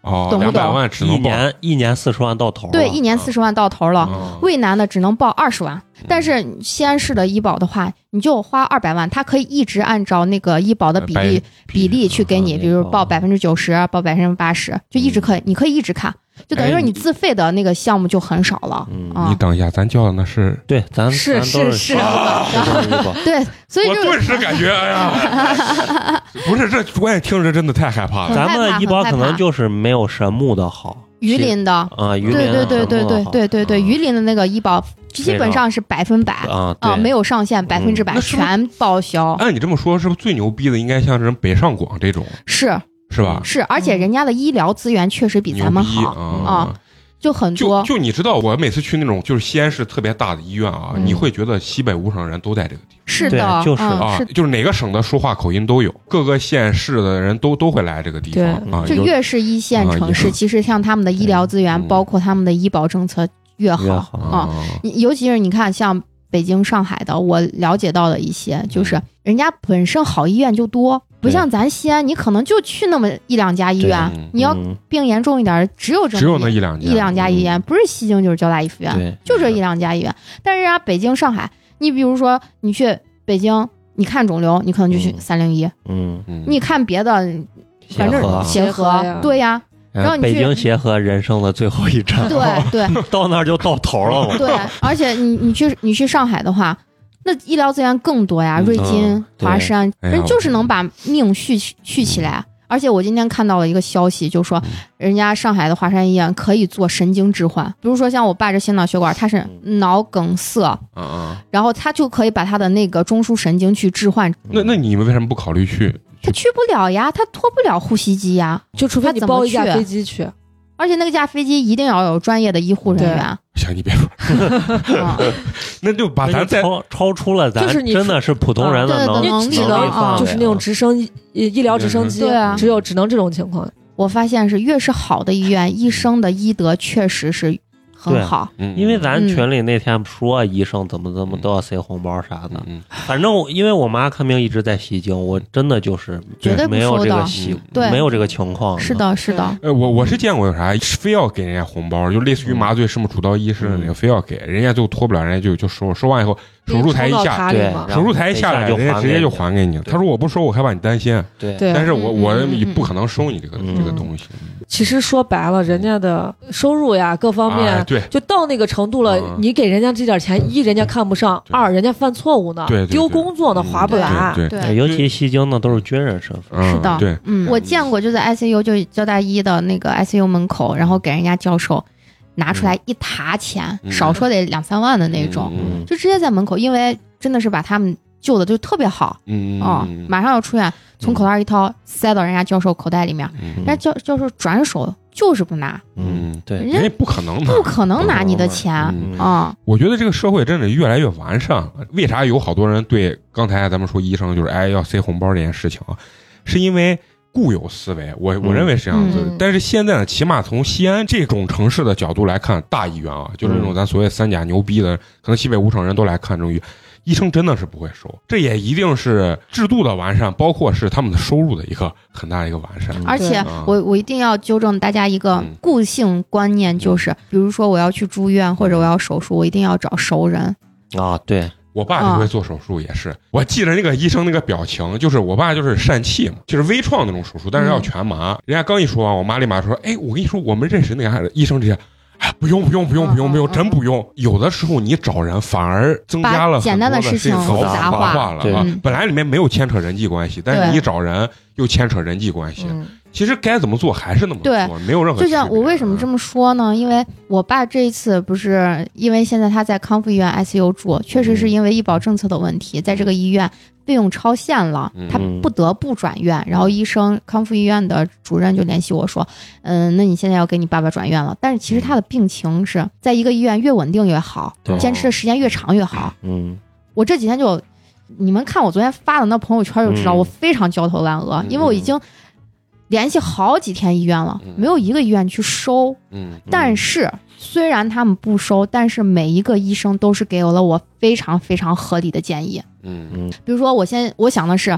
哦，懂不两懂百万只一能报年一年四十万到头了，啊对，一年四十万到头了。啊渭南的只能报二十万，嗯但是西安市的医保的话，你就花二百万，它可以一直按照那个医保的呃比例比例去给你，嗯比如报哦百分之九十、报百分之八十，就一直可以，你可以一直看，就等于哎说你你自费的那个项目就很少了嗯，你啊。等一下，咱叫的那是，对，咱是咱都是是啊都 是医保对，所以我就顿时感觉，哎呀， 不是这，我也听着真的太害怕了。很害咱怕们医保可很害能怕就是没有神木的好，榆林的，啊，榆林对对对对神木的对好对对对，榆林的那个医保基本上是百分百啊啊，没有有上限，百分之百那是不是哎全报销，按你这么说，是不是最牛逼的应该像是北上广这种，是是吧？是，而且嗯人家的医疗资源确实比咱们牛逼好，啊！就很就多，就你知道，我每次去那种就是西安市特别大的医院啊，嗯你会觉得西北五省人都在这个地是对的，就是方嗯啊是，就是哪个省的说话口音都有，各个县市的人都都会来这个地方对啊。就有越是一线啊城有市，其实像他们的医疗资源，嗯包括他们的医保政策越越好好啊。你尤其是你看，像北京、上海的，我了解到的一些，就是人家本身好医院就多，不对像咱西安，你可能就去那么一两家医对院嗯，你要嗯病严重一点儿，只有这么只有那一两一两家医院，不是西京就是交大医学院，对就这一两家医院。但是人家北京、上海，你比如说你去北京，你看肿瘤，你可能就去嗯三零一，嗯，嗯你看别的，协反和正协协和呀和，对呀，然后哎你北去京协和人生的最后一站，对对 到那儿就到头了 嘛。对，而且你你去你去上海的话。那医疗资源更多呀，嗯瑞金嗯、对华山，哎呀人就是能把命续续起嗯来。而且我今天看到了一个消息，就说人家上海的华山医院可以做神经置换，比如说像我爸这心脑血管，他是嗯脑梗塞，啊啊，然后他就可以把他的那个中枢神经去置换，嗯那那你们为什么不考虑去？他去不了呀，他脱不了呼吸机呀，就除非他你怎么包一架去飞机去，啊而且那个架飞机一定要有专业的医护人员。行，你别说，啊，那就把那啊咱再就超超出了咱就是你真的是普通人的啊对能对能能力力了啊范围就是那种直升医医疗直嗯升机，对啊只有只能这种情况。我发现是越是好的医院，医生的医德确实是很好。嗯因为咱嗯群里那天说啊医生怎么怎么都要塞红包啥的嗯，嗯反正我因为我妈看病一直在西京，我真的就是绝对不没有收这个的习嗯，对没有这个情况。是，的，是的，呃，我我是见过有啥非要给人家红包，就类似于麻醉师嘛，主刀医师的那个，非要给人家就脱不了，人家就就收，收完以后手术台一冲到下，塔里对嘛，然后手术台一下来，就人家还直接给就你还给你。对他说我不收，我害怕你担心，啊对，对但是我嗯嗯我嗯也嗯不可能收你这个嗯这个东西。其实说白了，人家的收入呀，各方哎面。对就到那个程度了嗯，你给人家这点钱，一人家看不上，对二人家犯错误呢对对，对丢工作呢，嗯划不对来。对，对对，尤其西京呢都是军人身份，嗯是的。对，嗯，我见过就在 ICU，就交大一的那个 ICU 门口，然后给人家教授拿出来一沓钱，嗯少说得两三万的那种，嗯就直接在门口，因为真的是把他们救的就特别好。嗯哦，嗯马上要出院，从口袋一掏，塞到人家教授口袋里面，嗯人家教教授转手就是不拿，嗯，对，人人家家嗯不可能的不。可能拿你的嗯钱嗯啊！我觉得这个社会真的越来越完善了。为啥有好多人对刚才咱们说医生就是哎要塞红包这件事情啊，是因为固有思维，我我嗯认为是这样子。嗯但是现在呢，起码从西安这种城市的角度来看，大医院啊，就是那种咱所谓三甲牛逼的，可能西北五省人都来看这种医，医生真的是不会收。这也一定是制度的完善，包括是他们的收入的一个很大的一个完善。嗯而且啊我我一定要纠正大家一个嗯固性观念，就是比如说我要去住院或者嗯我要手术，我一定要找熟人。啊，对，我爸嗯这回做手术也是，我记着那个医生那个表情，就是我爸就是疝气嘛，就是微创那嗯种手术，但是要全麻。人家刚一说完，我妈立马说：“哎，我跟你说，我们认识那个医生这些。”哎，不用不用不用不用不嗯用，嗯真不用。有的时候你找人反而增加把了简单的很多事的情搞复杂杂化化了对啊嗯。本来里面没有牵扯人际关系，但对是你找人又牵扯人际关系，嗯，其实该怎么做还是那么对做，没有任何就区别。啊嗯像我为什么这么说呢？因为我爸这一次不是因为现在他在康复医院 ICU 住，确实嗯是因为医保政策的问题，在这个医院费用超限了，嗯他不得不转院。然后医生康复医院的主任就联系我说：“嗯，那你现在要给你爸爸转院了。”但是其实嗯他的病情是在一个医院越稳定越好对，坚持的时间越长越好。嗯，我这几天就，你们看我昨天发的那朋友圈就知道，嗯我非常焦头烂额，嗯因为我已经联系好几天医院了，嗯没有一个医院去收。嗯但是虽然他们不收，但是每一个医生都是给了我非常非常合理的建议。嗯嗯比如说，我先我想的是，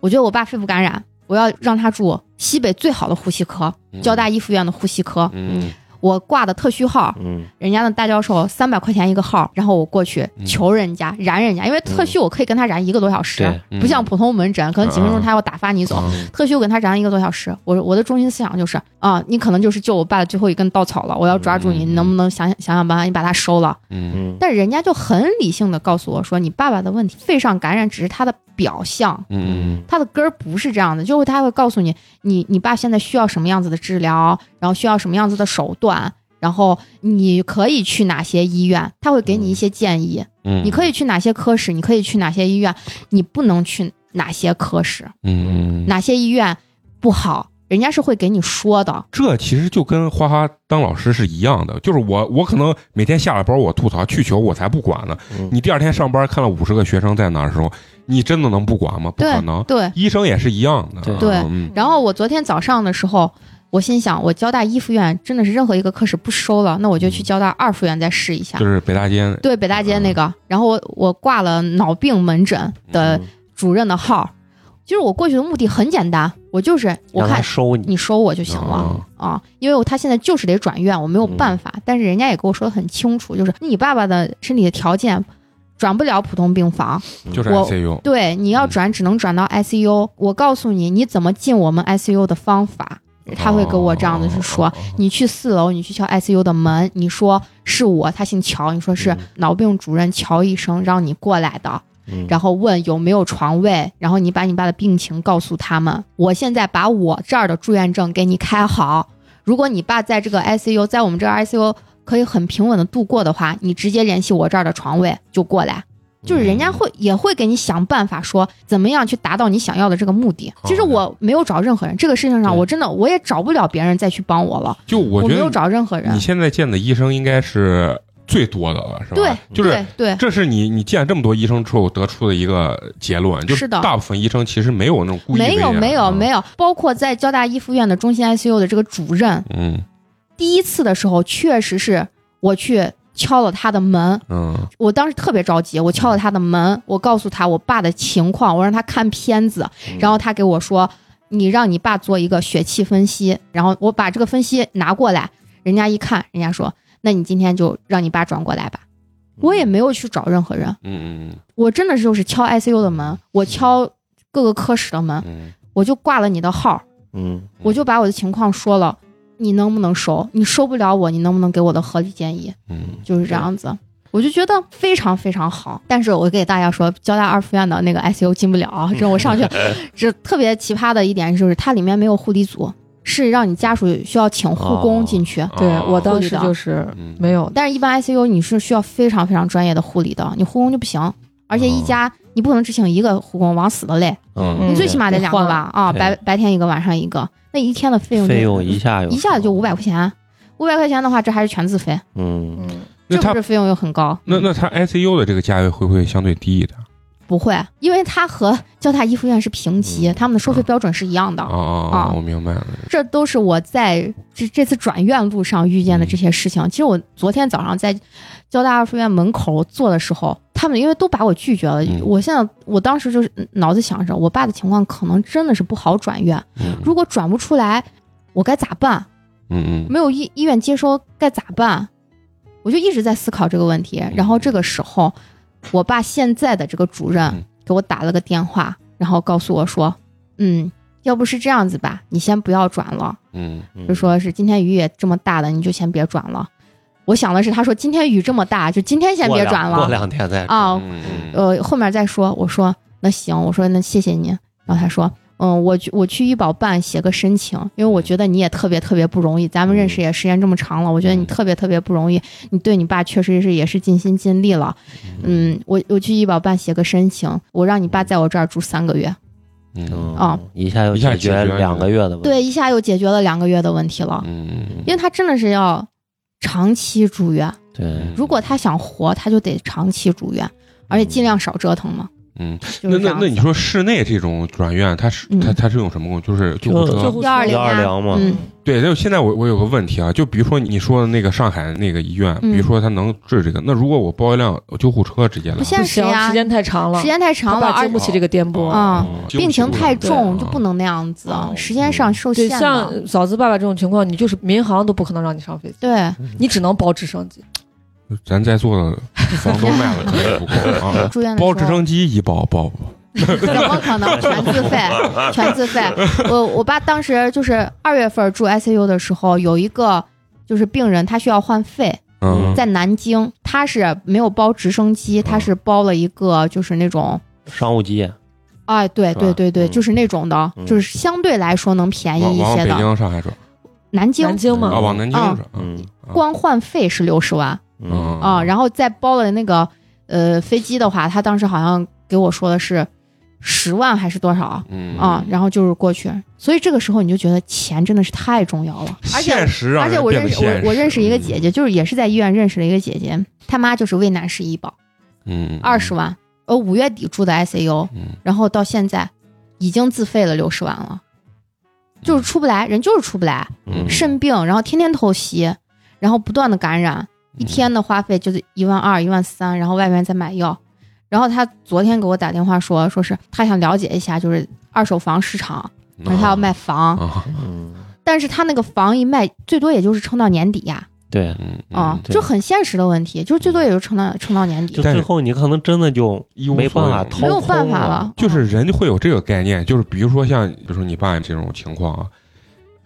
我觉得我爸肺部感染，我要让他住西北最好的呼吸科，嗯交大一附院的呼吸科。嗯我挂的特需号，嗯人家的大教授三百块钱一个号，然后我过去嗯求人家、燃人家，因为特需我可以跟他燃一个多小时，啊对嗯不像普通门诊可能几分钟嗯他要打发你走。嗯特需我跟他燃一个多小时，我我的中心思想就是啊，你可能就是救我爸的最后一根稻草了，我要抓住你，嗯你能不能想想想办法，你把他收了？嗯嗯，但人家就很理性的告诉我说，你爸爸的问题，肺上感染只是他的表象，嗯他的根儿不是这样的，就是他会告诉你，你你爸现在需要什么样子的治疗，然后需要什么样子的手段，然后你可以去哪些医院，他会给你一些建议，嗯，你可以去哪些科室，你可以去哪些医院，你不能去哪些科室，嗯嗯，哪些医院不好，人家是会给你说的。这其实就跟花花当老师是一样的，就是我我可能每天下了班我吐槽去球我才不管呢。嗯你第二天上班看了五十个学生在那儿的时候，你真的能不管吗？不可能。对，医生也是一样的。对对嗯然后我昨天早上的时候，我心想，我交大一附院真的是任何一个科室不收了，那我就嗯去交大二附院再试一下。就是北大街。对，北大街那嗯个。然后我我挂了脑病门诊的主任的号。其实我过去的目的很简单，我就是我让他哦看收你，你收我就行了、啊，因为我他现在就是得转院，我没有嗯办法。但是人家也跟我说的很清楚，就是你爸爸的身体的条件转不了普通病房，就是我 ICU。对，你要嗯转只能转到 ICU。我告诉你，你怎么进我们 ICU 的方法，哦他会跟我这样子去说。哦你去四楼，你去敲 ICU 的门，你说是我，他姓乔，你说是嗯脑病主任乔医生让你过来的，嗯然后问有没有床位，然后你把你爸的病情告诉他们。我现在把我这儿的住院证给你开好，如果你爸在这个 ICU，在我们这儿 ICU 可以很平稳的度过的话，你直接联系我这儿的床位就过嗯来。就是人家会也会给你想办法说怎么样去达到你想要的这个目的。好其实我没有找任何人，这个事情上对我真的我也找不了别人再去帮我了，就我我没觉有得找任何人你。现在见的医生应该是最多的了，是吧？对，就是对对这是你你见这么多医生之后得出的一个结论，就是的大部分医生其实没有那种故意没有为啊没有没，啊有，包括在交大一附院的中心 ICU 的这个主任，嗯第一次的时候确实是我去敲了他的门，嗯我当时特别着急，我敲了他的门，我告诉他我爸的情况，我让他看片子，嗯然后他给我说，你让你爸做一个血气分析，然后我把这个分析拿过来，人家一看，人家说，那你今天就让你爸转过来吧。我嗯也没有去找任何人，嗯我真的是就是敲 ICU 的门，我敲各个科室的门嗯，嗯我就挂了你的号，嗯我就把我的情况说了，你能不能收？你收不了我，你能不能给我的合理建议？嗯就是这样子。我就觉得非常非常好，但是我给大家说，交大二附院的那个 ICU 进不了啊，这我上去，这特别奇葩的一点就是它里面没有护理组，是让你家属需要请护工进去，嗯，对啊我的当时就是嗯没有，但是一般 ICU 你是需要非常非常专业的护理的，你护工就不行，而且一家、你不可能只请一个护工，往死了累，嗯，你嗯最起码得两个吧，啊，对白白天一个，晚上一个，那一天的费用就费用一下有一下子就五百块钱，啊五百块钱的话，这还是全自费，嗯嗯，那是他不是费用又很高？那那他 ICU 的这个价位会不会相对低一点？不会，因为它和交大一附院是平级，嗯他们的收费标准是一样的。啊啊啊我明白了。这都是我在这这次转院路上遇见的这些事情。其实我昨天早上在交大二附院门口坐的时候，他们因为都把我拒绝了。嗯我现在我当时就是脑子想着，我爸的情况可能真的是不好转院，嗯如果转不出来，我该咋办？嗯嗯没有医医院接收该咋办？我就一直在思考这个问题。嗯然后这个时候，我爸现在的这个主任嗯给我打了个电话，然后告诉我说：“嗯，要不是这样子吧，你先不要转了。嗯就说是今天雨也这么大了，你就先别转了。我想的是，他说今天雨这么大，就今天先过别两转过了两天再啊。嗯呃，后面再说。我说那行，我说那谢谢您。然后他说，嗯，我去我去医保办写个申请，因为嗯我觉得你也特别特别不容易，咱们认识也时间这么长了，我觉得你嗯特别特别不容易，你对你爸确实是也是尽心尽力了。嗯，我我去医保办写个申请，我让你爸在我这儿住三个月。嗯嗯啊，一下就一下解解决决两个月的问题。对，一下又解决了两个月的问题了，嗯因为他真的是要长期住院，对，如果他想活，他就得长期住院，而且尽量少折腾嘛。嗯，就那是这那样那子你说室内这种转院，它是嗯它它是用什么工具？就是救护就车救护车120幺二零嘛，嗯对，就现在我我有个问题啊，就比如说你说的那个上海那个医院，嗯比如说它能治这个，那如果我包一辆救护车直接来不，现不实行，呀时，间太长了，时间太长了，他爸而经不起这个颠簸。啊嗯病情太重对啊就不能那样子啊哦，时间上受对，限的。像嫂子爸爸这种情况，你就是民航都不可能让你上飞机，啊对，你只能包直 升机。咱在座的房东卖了可能也 不够啊。住院的时包候直升机一包包不？怎么 可能全自费？全自费。我我爸当时就是二月份住 ICU 的时候，有一个就是病人，他需要换肺，嗯，在南京，他是没有包直升机，他是包了一个就是那种。商务机，哎，对吧对对对，嗯就是那种的，嗯就是相对来说能便往宜一往些北的。京、上海转南京南京啊，嘛，往南京嗯转。嗯嗯光换肺是六十万，嗯嗯啊，然后再包了那个呃飞机的话，他当时好像给我说的是十万还是多少啊、嗯然后就是过去，所以这个时候你就觉得钱真的是太重要了，而且现实让而且人我变认得识现实。嗯我我认识一个姐姐，就是也是在医院认识了一个姐姐，她妈就是渭南市医保嗯，二十万，呃五月底住的 ICU，嗯，然后到现在已经自费了六十万了，就是出不来，人就是出不来，嗯肾病，然后天天透析，然后不断的感染，一天的花费就是一万二、一万三，然后外面再买药。然后他昨天给我打电话说，说是他想了解一下，就是二手房市场，嗯，而他要卖房，啊，嗯，但是他那个房一卖，最多也就是撑到年底呀，对，嗯啊，对就很现实的问题，就是最多也就撑到撑到年底就，但是最后你可能真的就一无没所办法有掏没有空办法了了，就是人会有这个概念，就是比如说像，比如说你爸这种情况啊，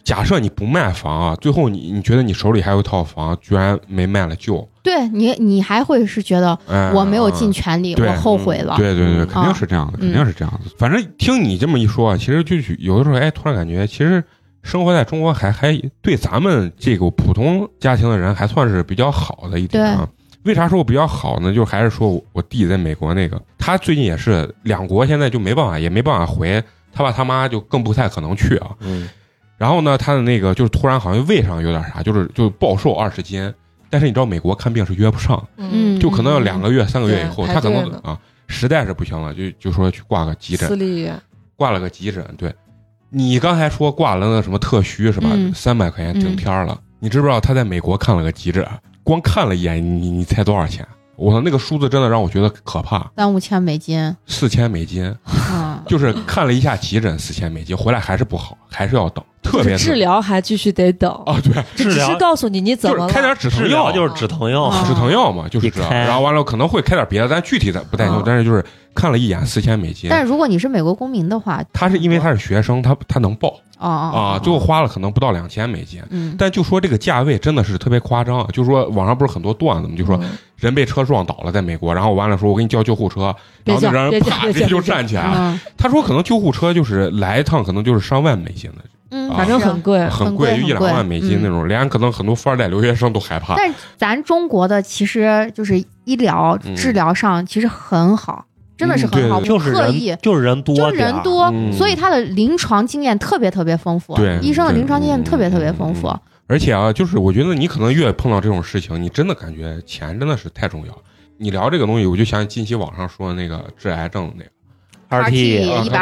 假设你不卖房啊，最后你你觉得你手里还有一套房，居然没卖了就，对你你还会是觉得哎，我没有尽全力，对我后悔了，对对对，嗯肯定是这样的，肯嗯定是这样的。反正听你这么一说啊，其实就是有的时候，哎，突然感觉其实。生活在中国还还对咱们这个普通家庭的人还算是比较好的一点啊。为啥说我比较好呢？就还是说我我弟在美国那个，他最近也是两国现在就没办法，也没办法回，他爸他妈就更不太可能去啊。嗯然后呢，他的那个就是突然好像胃上有点啥，就是就暴瘦二十斤，但是你知道美国看病是约不上，嗯，就可能要两个月、三个月以后，对他可能排队呢啊实在是不行了，就就说去挂个急诊私，立医院，挂了个急诊。对，你刚才说挂了那什么特需是吧嗯？三百、块钱顶天儿了，你知不知道他在美国看了个急诊，光看了一眼，你你猜多少钱？我操，那个数字真的让我觉得可怕，三五千 美金，四千美金，，嗯就是看了一下急诊四千美金，回来还是不好，还是要等，特别就是治特别疗还继续得等，啊，对，治这只是疗告诉你你怎就么是了。开点止治疼疗药，哦就是止疼药，啊止疼药嘛，就是一这样。开然后完了可能会开点别的，但具体咱不太清楚啊。但是就是看了一眼四千美金，但是如果你是美国公民的话，他是因为他是学生，他他能报哦哦啊，最后花了可能不到两千美金。嗯，但就说这个价位真的是特别夸张，啊就说网上不是很多段子嘛，就说嗯人被车撞倒了，在美国，然后完了说我给你叫救护车，别然后那叫人别叫啪别直接叫就别叫站起来了。嗯他说可能救护车就是来一趟，可能就是上万美金的，嗯，啊反正是很贵，很贵就很一两贵万美金嗯那种，连可能很多富二代留学生都害怕。但是咱中国的其实就是医疗嗯治疗上其实很好，真的是很好，对就不是刻意人。就是人多，就是人，多嗯，所以他的临床经验特别特别丰富对，医生的对临床经验特别特别丰富嗯。而且啊，就是我觉得你可能越碰到这种事情，你真的感觉钱真的是太重要。你聊这个东西，我就想起近期网上说的那个治癌症那个二 RT 也啊120一百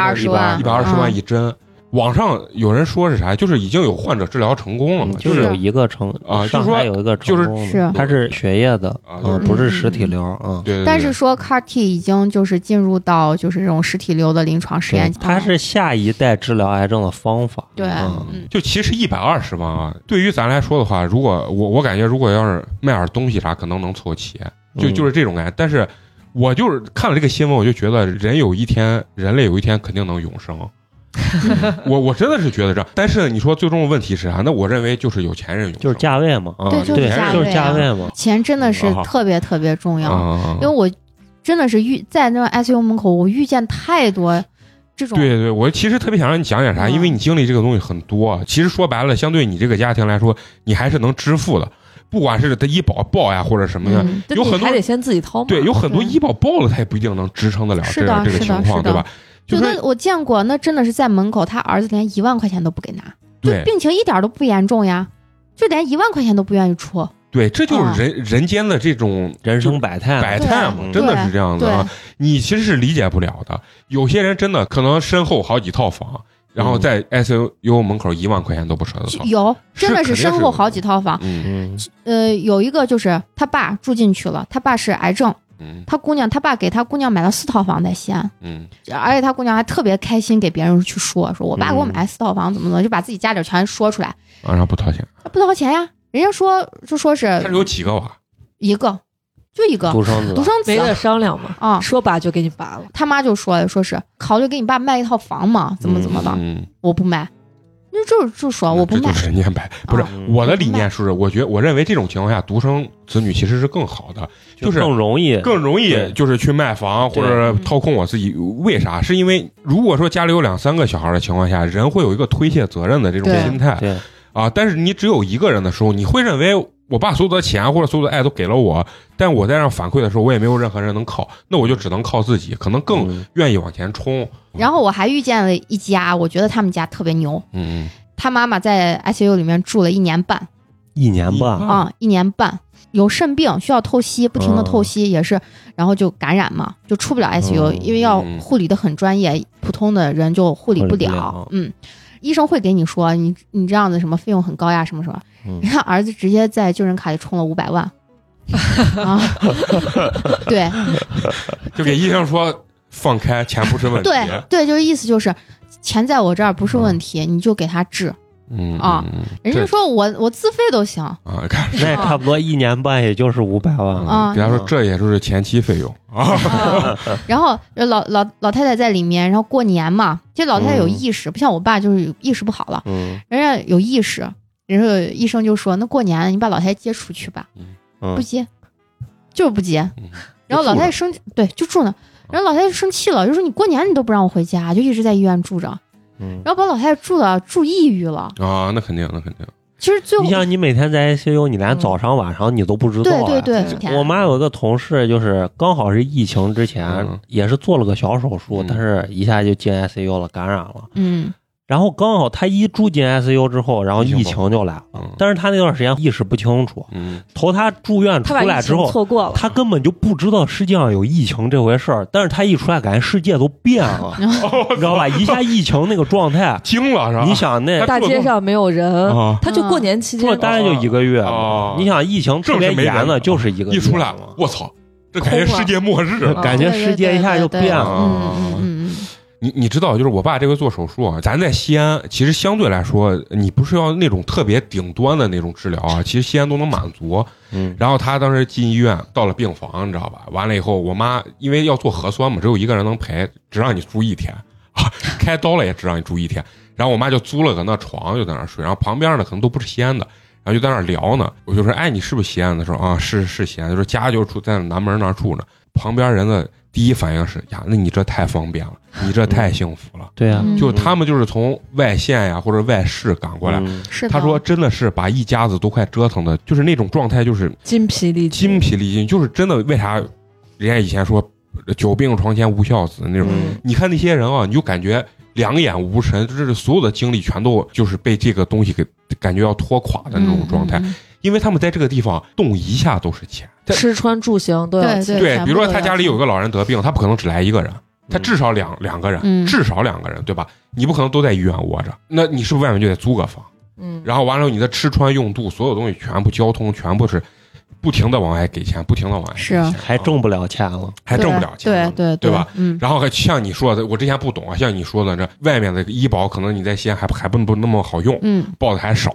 二十嗯万一针，网上有人说是啥，就是已经有患者治疗成功了嘛，嗯就是是有一个成啊就是上说海有一个成功就是的是它是血液的啊嗯就是不是实体瘤啊。对对对，但是说 CAR T 已经就是进入到就是这种实体瘤的临床实验对，，嗯它是下一代治疗癌症的方法。对，嗯嗯，就其实一百二十万啊，对于咱来说的话，如果我我感觉如果要是卖点东西啥，可能能凑齐，就嗯就是这种感觉。但是我就是看了这个新闻，我就觉得人有一天，人类有一天肯定能永生。我我真的是觉得这样，但是你说最终的问题是啥？那我认为就是有钱人有就是价位嘛，嗯啊，对有就是对钱人，价就位是啊价位嘛，钱真的是啊特别特别重要，啊，因为我真的是遇在那 ICU 门口，我遇见太多这种对对，我其实特别想让你讲讲啥，嗯因为你经历这个东西很多。啊其实说白了，相对你这个家庭来说，你还是能支付的，不管是他医保报呀，或者什么的。嗯有很多还得先自己掏嘛。对，有很多对医保报了，他也不一定能支撑得了是这样的这个是的情是况，的对吧？就就是那我见过，那真的是在门口，他儿子连一万块钱都不给拿，就对病情一点都不严重呀，就连一万块钱都不愿意出。对，这就啊是人人间的这种人生百态嘛，百态嘛，对真的是这样的对，啊！你其实是理解不了的。有些人真的可能身后好几套房，然后在 ICU 门口一万块钱都不舍得就掏。嗯有， 真的哦是肯定是身后好几套房。嗯嗯，呃，有一个就是他爸住进去了，他爸是癌症，嗯他姑娘，他爸给他姑娘买了四套房在西安，嗯而且他姑娘还特别开心，给别人去说，说我爸给我嗯买了四套房，怎么怎么，就把自己家里全说出来，啊，然后不掏钱。不掏钱呀，人家说就说他是是有几个娃？一个，就一个独生子啊独生 没子得商量嘛，啊，说拔就给你拔了。他妈就说了，说是考虑给你爸卖一套房嘛，怎么怎么的，嗯，我不卖，那就是就说啊我不这卖就，是人间百态。不是啊我的理念是，我觉我认为这种情况下，独生子女其实是更好的，就是更容易，更容易对就是去卖房或对者嗯掏空我自己。为啥？是因为如果说家里有两三个小孩的情况下，人会有一个推卸责任的这种对心态。对，啊，但是你只有一个人的时候，你会认为我把所有的钱或者所有的爱都给了我，但我在让反馈的时候，我也没有任何人能靠，那我就只能靠自己，可能更嗯愿意往前冲。然后我还遇见了一家，我觉得他们家特别牛，嗯，他妈妈在 ICU 里面住了一年半一年一半，啊、一年半有肾病需要透析，不停的透哦析、也是，然后就感染嘛，就出不了 ICU，、嗯因为要护理的很专业，普通的人就护理不护理了。不了嗯，医生会给你说你你这样的什么费用很高呀，什么什么，嗯人家 儿子直接在救人卡里充了五 百万。啊， 对嗯就给医生说放开，钱不是问题。对对，就是意思就是，钱在我这儿不是问题，你就给他治。嗯啊嗯嗯人家这说我我自费都行，啊，看那也差不多一年半，也就是五百万了。啊给他说这也就是前期费用啊。 然后呃老老老太太在里面，然后过年嘛，这老太太有意识，不像我爸就是意识不好了，嗯人家有意识，人家医生就说那过年你把老太太接出去吧，嗯不接，就是不接。嗯然后老就住太着太生对就住那，然后老太太生气了，就说你过年你都不让我回家，就一直在医院住着，嗯，然后把老太太住的住抑郁了。啊，那肯定，那肯定。其实最后你想，你每天在 ICU，你连早上晚上你都不知道对对啊。对，我妈有个同事，就是刚好是疫情之前嗯，也是做了个小手术，嗯但是一下就进 ICU 了，感染了。嗯然后刚好她一住进 ICU 之后，然后疫疫情情就来了。嗯但是她那段时间意识不清楚，嗯，，头她住院出他把来疫之情后，错过了，她根本就不知道世界上有疫情这回事儿。但是她一出来，感觉世界都变了，你知道吧？一下疫情那个状态惊了哦是吧？你想那她大街上没有人，啊，他就过年期住间了大概就一个月哦，你想疫情特别严的，就是一个月 一出来，我操，这感觉空了世界末日了。感觉世界一下就变哦了。嗯嗯嗯嗯，你你知道，就是我爸这回做手术啊，咱在西安，其实相对来说，你不是要那种特别顶端的那种治疗啊，其实西安都能满足。嗯，然后他当时进医院，到了病房，你知道吧？完了以后，我妈因为要做核酸嘛，只有一个人能陪，只让你住一天 啊，开刀了也只让你住一天。然后我妈就租了个那床，就在那儿睡。然后旁边呢，可能都不是西安的，然后就在那儿聊呢。我就说：“哎，你是不是西安的？”说：“啊，是是西安。”就说家就住在南门那儿住呢。旁边人的第一反应是：“呀，那你这太方便了，你这太幸福了。对呀，嗯就他们就是从外县呀或者外市赶过来。嗯是的。他说：“真的是把一家子都快折腾的，就是那种状态，就是筋疲力尽。筋疲力尽，就是真的。为啥人家以前说呃“久病床前无孝子”那种？嗯你看那些人啊，你就感觉两眼无神，就是所有的精力全都就是被这个东西给感觉要拖垮的那种状态，嗯嗯嗯因为他们在这个地方动一下都是钱。在吃穿住行都对要对对，全比部如说都他要家里有一个老人得病，他不可能只来一个人，他至少两两个嗯人，至少两个人，对吧？你不可能都在医院窝着，那你是不是外面就得租个房？嗯，然后完了，你的吃穿用度，所有东西全部交通全部是不停的往外给钱，不停的往外给是钱，还挣不了钱了。还挣不了钱呢，对对对吧？？嗯，然后还像你说的，我之前不懂啊，像你说的，这外面的医保可能你在西安还还不不那么好用，嗯，报的还少，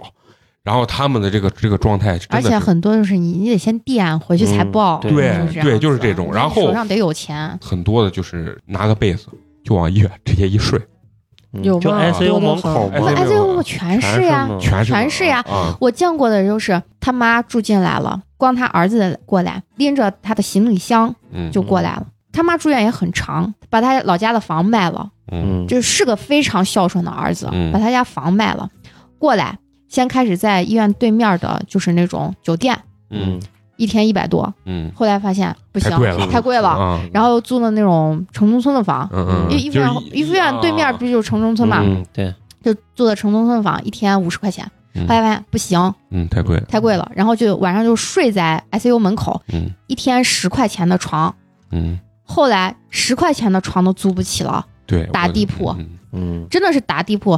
然后他们的这个这个状态真而的且是很多就是你你得先垫回去才嗯报，对就是这对样对，就是子啊这种。然手后上得有钱，很多的就是拿个被子就往医院直接一睡，嗯有就吗 ICU 多得门口很嘛哎，哎，没这有个啊我全是呀，吗全是全是呀啊，我见过的就是他妈住进来了，光他儿子过来，拎着他的行李箱嗯就过来了。他妈住院也很长，把他老家的房卖了，嗯嗯，就是个非常孝顺的儿子，嗯把他家房卖了，过来先开始在医院对面的就是那种酒店，嗯一天一百多，嗯后来发现不行，太贵了啊，然后又租了那种城中村的房，嗯嗯，因为医就是啊院医院对面不就是城中村嘛，嗯，对，就租的城中村房，一天五十块钱，嗯后来发现不行，嗯太贵了，太贵了，然后就晚上就睡在 ICU 门口，嗯一天十块钱的床，嗯后来十块钱的床都租不起了，对，打我地铺嗯嗯真的是打地铺，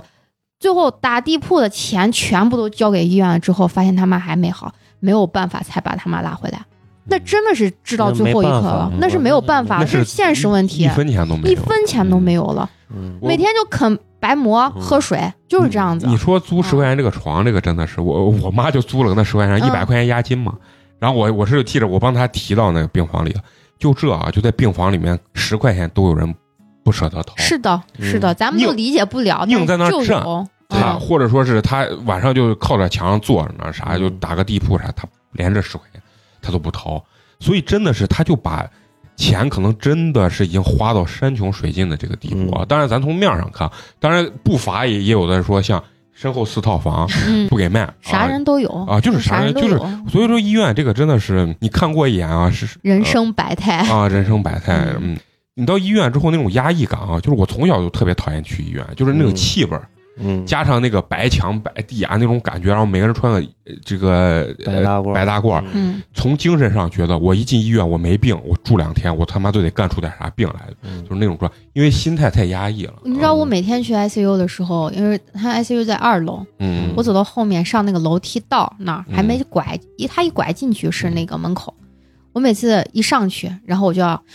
最后打地铺的钱全部都交给医院了之后，发现他妈还没好，没有办法才把他妈拉回来，那真的是治到最后一刻了那没办法，那是没有办法，那这是现实问嗯题一，分钱都没有，一分钱都没有了，嗯我每天就啃白馍嗯喝水，就是这样子你。说租十块钱这个床，这个真的是我 我妈就租了个那十块钱，嗯一百块钱押金嘛。然后我我是记着我帮她提到那个病房里了，就这啊，就在病房里面十块钱都有人不舍得掏，是的，嗯是的，咱们都硬理解不了，硬在那但儿就站有。他嗯，啊或者说是他晚上就靠在墙上坐着呢，啥嗯就打个地铺啥，他连这十块钱他都不掏，所以真的是他就把钱可能真的是已经花到山穷水尽的这个地步嗯啊。当然，咱从面上看，当然不乏也也有的说像身后四套房嗯，不给卖，啥啊人都有啊就是啥啥人人都就是有所以说医院这个真的是你看过一眼啊， 是人生百态。啊，人生百态。嗯，你到医院之后那种压抑感啊，就是我从小就特别讨厌去医院，就是那种嗯气味儿。嗯，加上那个白墙白地啊那种感觉，然后每个人穿个呃这个白大褂呃白大褂儿，嗯，从精神上觉得我一进医院我没病，我住两天我他妈都得干出点啥病来，嗯就是那种状态，因为心态太压抑了。你知道我每天去 ICU 的时候，因为他 ICU 在二楼，嗯，我走到后面上那个楼梯道那儿，嗯还没拐一他一拐进去是那个门口，我每次一上去，然后我就要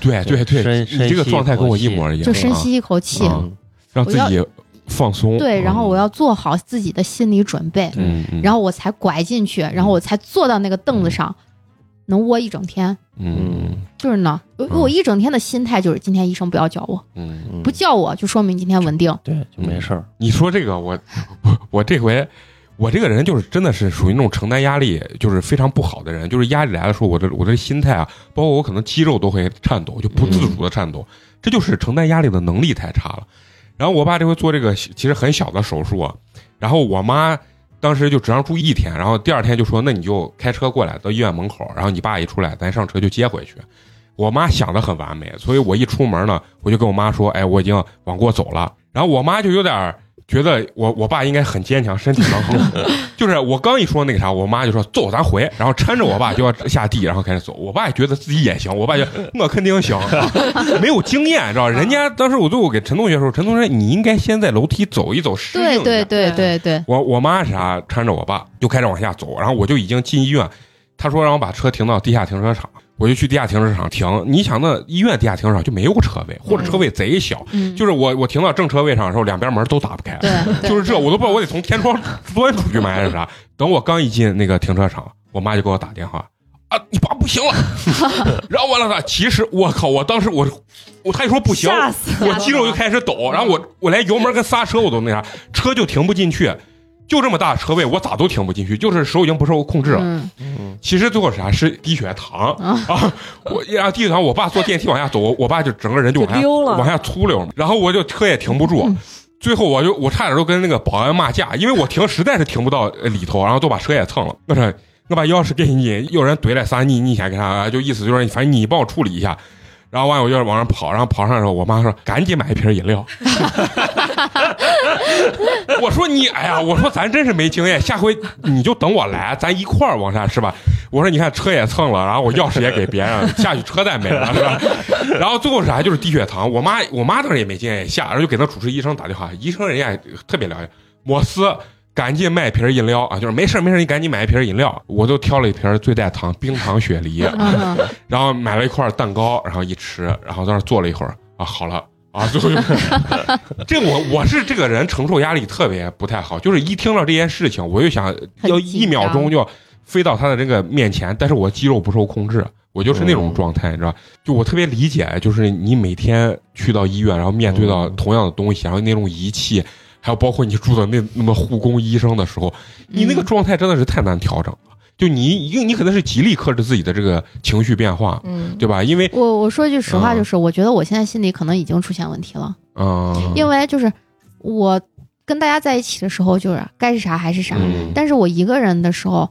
对对对，深你这个状态跟我一模一样，就深吸啊，一口气，嗯让自己放松。对，然后我要做好自己的心理准备，嗯，嗯，然后我才拐进去，然后我才坐到那个凳子上，能窝一整天。嗯就是呢，我我一整天的心态就是今天医生不要叫我，嗯嗯，嗯不叫我就说明今天稳定。对就没事儿，你说这个我我我这回。我这个人就是真的是属于那种承担压力就是非常不好的人，就是压力来的时候，我这我这心态啊，包括我可能肌肉都会颤抖，就不自主的颤抖，这就是承担压力的能力太差了。然后我爸这回做这个其实很小的手术啊，然后我妈当时就只让住一天，然后第二天就说那你就开车过来到医院门口，然后你爸一出来咱上车就接回去。我妈想的很完美，所以我一出门呢，我就跟我妈说，哎，我已经往过走了。然后我妈就有点儿觉得我我爸应该很坚强，身体很好。就是我刚一说那个啥，我妈就说走，咱回，然后搀着我爸就要下地，然后开始走。我爸也觉得自己也行，我爸就我肯定行， 没有经验，知道吧？人家当时我最后给陈同学说，陈同学你应该先在楼梯走一走，适应一对下对对对对，我我妈是啥搀着我爸就开始往下走，然后我就已经进医院，他说让我把车停到地下停车场，我就去地下停车场停。你想那医院地下停车场就没有车位，或者车位贼小，嗯，就是我我停到正车位上的时候，两边门都打不开， 对，对就是这，我都不知道我得从天窗钻出去吗还是啥。等我刚一进那个停车场，我妈就给我打电话。啊！你爸不行了，然后完了呢？其实我靠，我当时我我他一说不行，吓死嗯我肌肉就开始抖，然后我我连油门跟刹车我都那啥，车就停不进去，就这么大车位我咋都停不进去，就是手已经不受控制了。嗯，其实最后是啥是低血糖啊啊！我然后低血糖，我爸坐电梯往下走，我我爸就整个人就往下就溜了嗯往下粗溜，然后我就车也停不住。最后我就我差点都跟那个保安骂架，因为我停实在是停不到呃里头，然后都把车也蹭了。我说我把钥匙给你，有人怼来仨你你先给啥，就意思就是反正你帮我处理一下。然后完我就往上跑，然后跑上的时候，我妈说赶紧买一瓶饮料。 我说你哎呀，我说咱真是没经验，下回你就等我来，咱一块儿往下是吧？我说你看车也蹭了，然后我钥匙也给别人了，下去车带没了，是吧？ 然后最后是啥？就是低血糖。我妈我妈当时也没经验，也下，然后就给那主治医生打电话，医生人家也特别了解，摩斯。赶紧买一瓶饮料啊！就是没事儿没事儿，你赶紧买一瓶饮料。我就挑了一瓶最带糖冰糖雪梨，嗯 然后买了一块蛋糕，然后一吃，然后在那儿坐了一会儿啊，好了啊，最后就这我我是这个人承受压力特别不太好，就是一听到这件事情，我就想很要紧张一秒钟就要飞到他的这个面前，但是我肌肉不受控制，我就是那种状态，你知道吧？就我特别理解，就是你每天去到医院，然后面对到同样的东西，然后那种仪器，还有包括你住的那那么护工医生的时候，你嗯那个状态真的是太难调整了。就你，因为你可能是极力克制自己的这个情绪变化，嗯，对吧？因为，我我说句实话，嗯就是我觉得我现在心里可能已经出现问题了，嗯，因为就是我跟大家在一起的时候，就是该是啥还是啥，嗯但是我一个人的时候，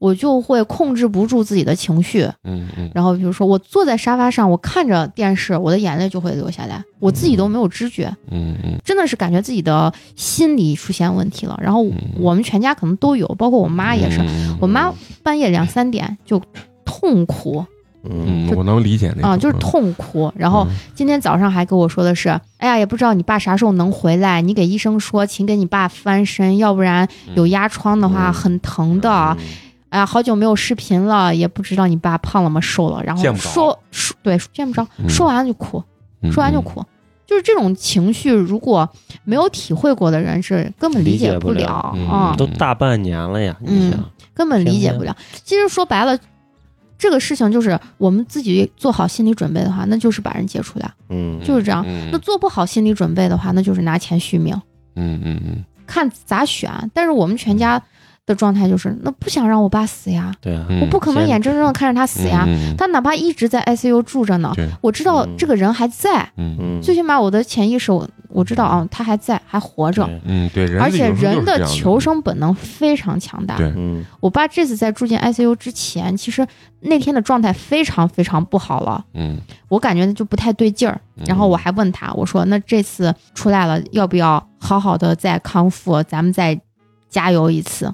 我就会控制不住自己的情绪。嗯嗯然后比如说我坐在沙发上，我看着电视，我的眼泪就会流下来，我自己都没有知觉，嗯嗯真的是感觉自己的心理出现问题了。然后嗯我们全家可能都有，包括我妈也是，嗯我妈半夜两三点就痛哭，嗯嗯，就我能理解那种嗯啊、就是痛哭。然后今天早上还跟我说的是，哎呀，也不知道你爸啥时候能回来，你给医生说，请给你爸翻身，要不然有压疮的话、嗯很疼的。嗯哎呀，好久没有视频了，也不知道你爸胖了吗，瘦了。然后见不着说说对，见不着，嗯说完就哭，嗯说完就哭。就是这种情绪，如果没有体会过的人是根本理理解解不了了嗯啊、都大半年了呀，嗯你想，根本理解不了。其实说白了，这个事情就是我们自己做好心理准备的话，那就是把人接出来。嗯，就是这样。嗯那做不好心理准备的话，那就是拿钱续命，嗯嗯嗯看咋选。但是我们全家的状态就是，那不想让我爸死呀，对啊，嗯，我不可能眼睁睁的看着他死呀。嗯，嗯嗯他哪怕一直在 ICU 住着呢对，我知道这个人还在，嗯嗯，最起码我的潜意识我我知道啊，他还在，还活着。对嗯，对，人而且有时候就是人这的样嗯求，生本能非常强大对。嗯我爸这次在住进 ICU 之前，其实那天的状态非常非常不好了，嗯，我感觉就不太对劲儿。嗯然后我还问他，我说：“那这次出来了，要不要好好的再康复？咱们再加油一次，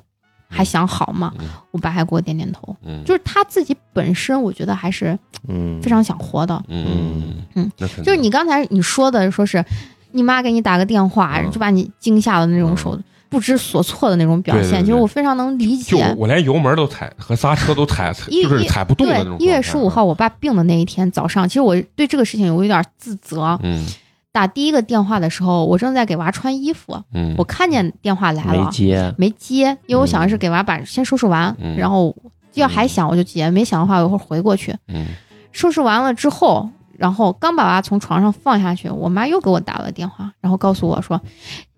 还想好吗嗯？”我爸还给我点点头。嗯，就是他自己本身，我觉得还是嗯，非常想活的。嗯嗯，那肯定就是你刚才你说的，说是你妈给你打个电话嗯就把你惊吓的那种手不知所措的那种表对对现，对其实我非常能理就解。我连油门都踩和刹车都踩，踩一就是踩不动的那对种。，啊一月十五号，我爸病的那一天早上，其实我对这个事情我有点自责。嗯打第一个电话的时候，我正在给娃穿衣服，嗯，我看见电话来没了，接，没接，因为我想的是给娃把先收拾完，嗯然后要还想我就接，没想的话我一会儿回过去。嗯收拾完了之后，然后刚把娃从床上放下去，我妈又给我打了电话，然后告诉我说。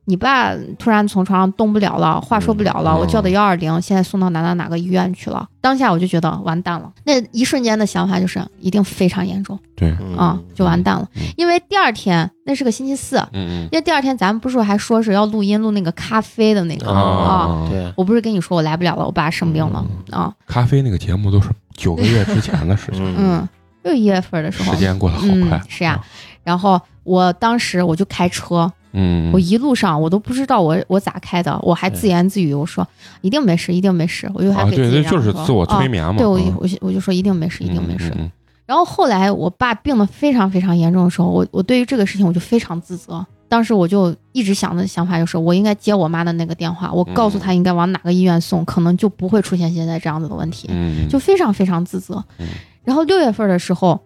你爸突然从床上动不了了，话说不了了，嗯我叫的幺二零，现在送到哪哪哪个医院去了。当下我就觉得完蛋了，那一瞬间的想法就是一定非常严重对，嗯啊、就完蛋了嗯。因为第二天那是个星期四，嗯因为第二天咱们不是还说是要录音录那个咖啡的那个嗯啊啊？对啊，我不是跟你说我来不了了，我爸生病了嗯啊，咖啡那个节目都是九个月之前的事情，嗯，又一月份的时候时，间过得好快嗯，，是呀，。然后我当时我就开车，嗯，我一路上我都不知道我我咋开的，我还自言自语，我说一定没事，一定没事，我就还啊，给对自己对，嚷就是说自我催啊眠嘛，对我嗯我就我就说一定没事，一定没事。嗯嗯然后后来我爸病得非常非常严重的时候，我我对于这个事情我就非常自责。当时我就一直想的想法就是，我应该接我妈的那个电话，我告诉嗯她应该往哪个医院送，可能就不会出现现在这样子的问题，嗯，嗯就非常非常自责嗯。然后六月份的时候，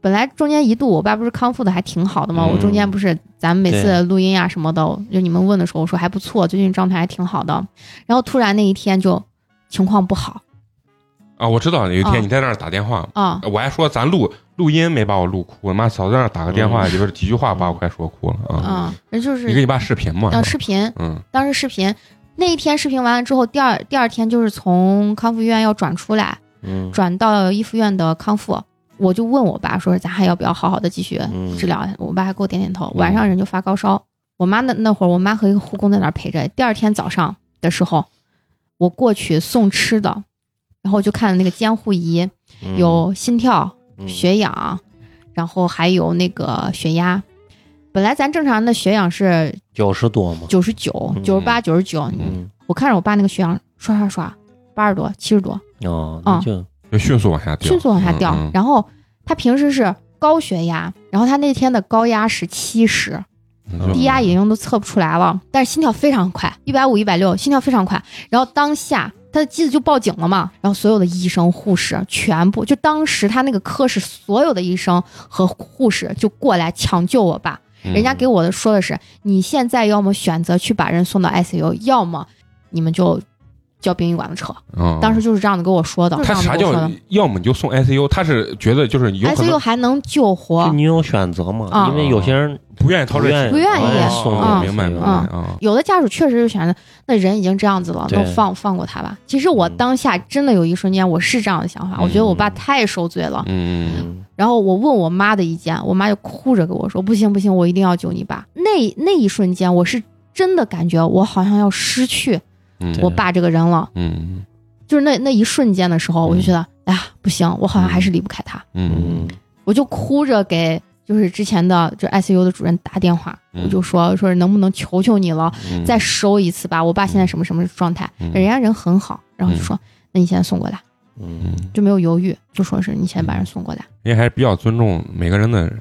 本来中间一度我爸不是康复的还挺好的嘛，嗯我中间不是咱们每次对录音啊呀、什么的，就你们问的时候我说哎还不错，最近状态还挺好嗯的。然后突然那一天就情况不好啊，我知道有一啊天你在那儿打电话，啊，我还说咱录录音没把我录哭，我妈嫂子在那儿打个电话，里边几句话把我快说哭了啊！啊，那就你给哦是你爸视频嘛？让视频。嗯当时视频那一天视频完了之后，第二第二天就是从康复医院要转出来，嗯，转到一附院的康复。我就问我爸说，咱还要不要好好的继续嗯治疗？我爸还给我点点头。晚上人就发高烧，我妈那那会儿，我妈和一个护工在那儿陪着。第二天早上的时候，我过去送吃的，然后就看那个监护仪嗯有心跳、嗯血氧，然后还有那个血压。本来咱正常人的血氧是九十多嘛，九十九、嗯九十八、九十九，嗯，我看着我爸那个血氧刷刷刷，八十多、七十多，哦，那啊就就迅速往下掉，迅速往下掉。嗯嗯然后他平时是高血压，然后他那天的高压是七十，嗯低压已经都测不出来了，但是心跳非常快，一百五、一百六，心跳非常快。然后当下他的机子就报警了嘛，然后所有的医生、护士全部就当时他那个科室所有的医生和护士就过来抢救我爸。嗯人家给我的说的是，你现在要么选择去把人送到 ICU，要么你们就叫殡仪馆的车。嗯，当时就是这样的跟我说的。他啥叫要么你就送 ICU？他是觉得就是有可 ICU 能还能救就活？你有选择嘛？啊因为有些人不愿意掏这钱，不愿意哦哦送嗯给明白谁明白了嗯啊。有的家属确实就想着，那人已经这样子了，对那我放放过他吧。其实我嗯当下真的有一瞬间，我是这样的想法，我觉得我爸嗯太受罪了。嗯，嗯然后我问我妈的意见，我妈就哭着跟我说：“不行不行，我一定要救你爸。”那那一瞬间，我是真的感觉我好像要失去嗯我爸这个人了，嗯就是那那一瞬间的时候，我就觉得，哎呀，不行，我好像还是离不开他。嗯嗯我就哭着给就是之前的就 ICU 的主任打电话，嗯我就说说能不能求求你了，嗯，再收一次吧。我爸现在什么什么状态，嗯人家人很好，然后就说那你现在送过来，嗯嗯，就没有犹豫，就说是你先把人送过来。人家还是比较尊重每个人的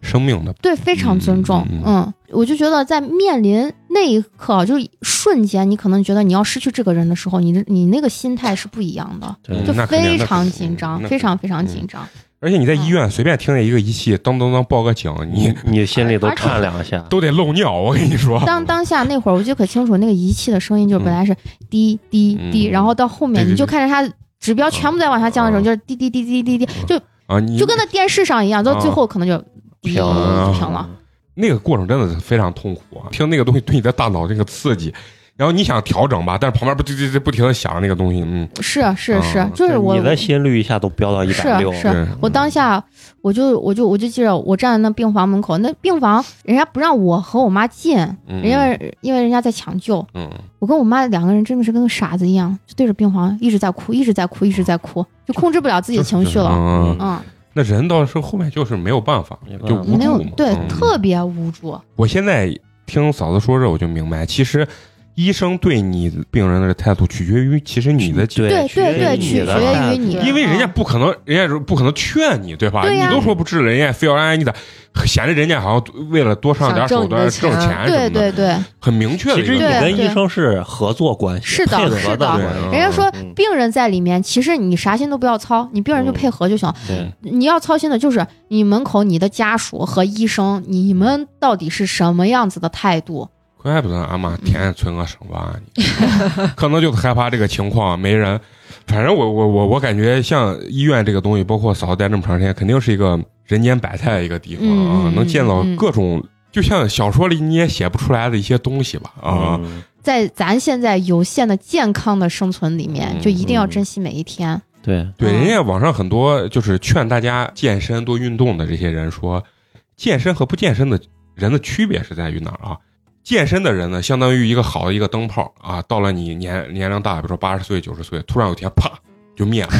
生命的。对，非常尊重嗯。嗯，我就觉得在面临那一刻，就是瞬间，你可能觉得你要失去这个人的时候，你的你那个心态是不一样的，对就嗯那肯定非那肯常定紧张，那非常非常嗯紧张。而且你在医嗯院随便听见一个仪器，噔噔噔报个警，你你你心里都而且颤两下，都得漏尿。我跟你说，当当下那会儿，我记得可清楚，那个仪器的声音就是本来是滴滴滴，嗯然后到后面对对你就看着它指标全部在往下降的时候，嗯就是滴滴滴滴滴滴，就啊，你啊就跟那电视上一样，到最后可能就滴平就了啊停了。。那个过程真的是非常痛苦啊！听那个东西对你的大脑这个刺激，然后你想调整吧，但是旁边不滴滴滴不停的响那个东西，嗯，是啊是是嗯，就是我你的心率一下都飙到一百六，是对我当下我就我就我就记着，我站在那病房门口，那病房人家不让我和我妈进，嗯人家因为人家在抢救，嗯我跟我妈两个人真的是跟个傻子一样，就对着病房一直在哭，一直在哭，一直在哭，就控制不了自己的情绪了。嗯，嗯嗯，那人到时候后面就是没有办法没，办就法无没有助嘛。对，嗯特别无助。我现在听嫂子说这，我就明白，其实医生对你病人的态度取决于其实你的解，对对对对，取取决于决你的态于度你，因为人家嗯不可能，人家不可能劝你，对吧？对呀你都说不治了，人家非要安安你的，显得人家好像为了多上点手段挣想挣你的钱钱什么对的，对对，很明确的其一实你个。对跟医生是合作关系，是的配合是的关系人家说嗯病人在里面，其实你啥心都不要操，你病人就嗯配合就行。对你要操心的就是你门口你的家属和医生，你们到底是什么样子的态度？怪不得俺嗯妈天天催我生娃呢， 可能就是害怕这个情况没人。反正我我我我感觉像医院这个东西，包括嫂子待这么长时间，肯定是一个人间百态的一个地方啊，嗯嗯能见到嗯嗯各种，就像小说里你也写不出来的一些东西吧啊。，嗯在咱现在有限的健康的生存里面，嗯就一定要嗯珍惜每一天。对，对，嗯人家网上很多就是劝大家健身多运动的这些人说，健身和不健身的人的区别是在于哪儿啊？健身的人呢，相当于一个好的一个灯泡啊，到了你年年龄大，比如说八十岁、九十岁，突然有一天啪就灭 了，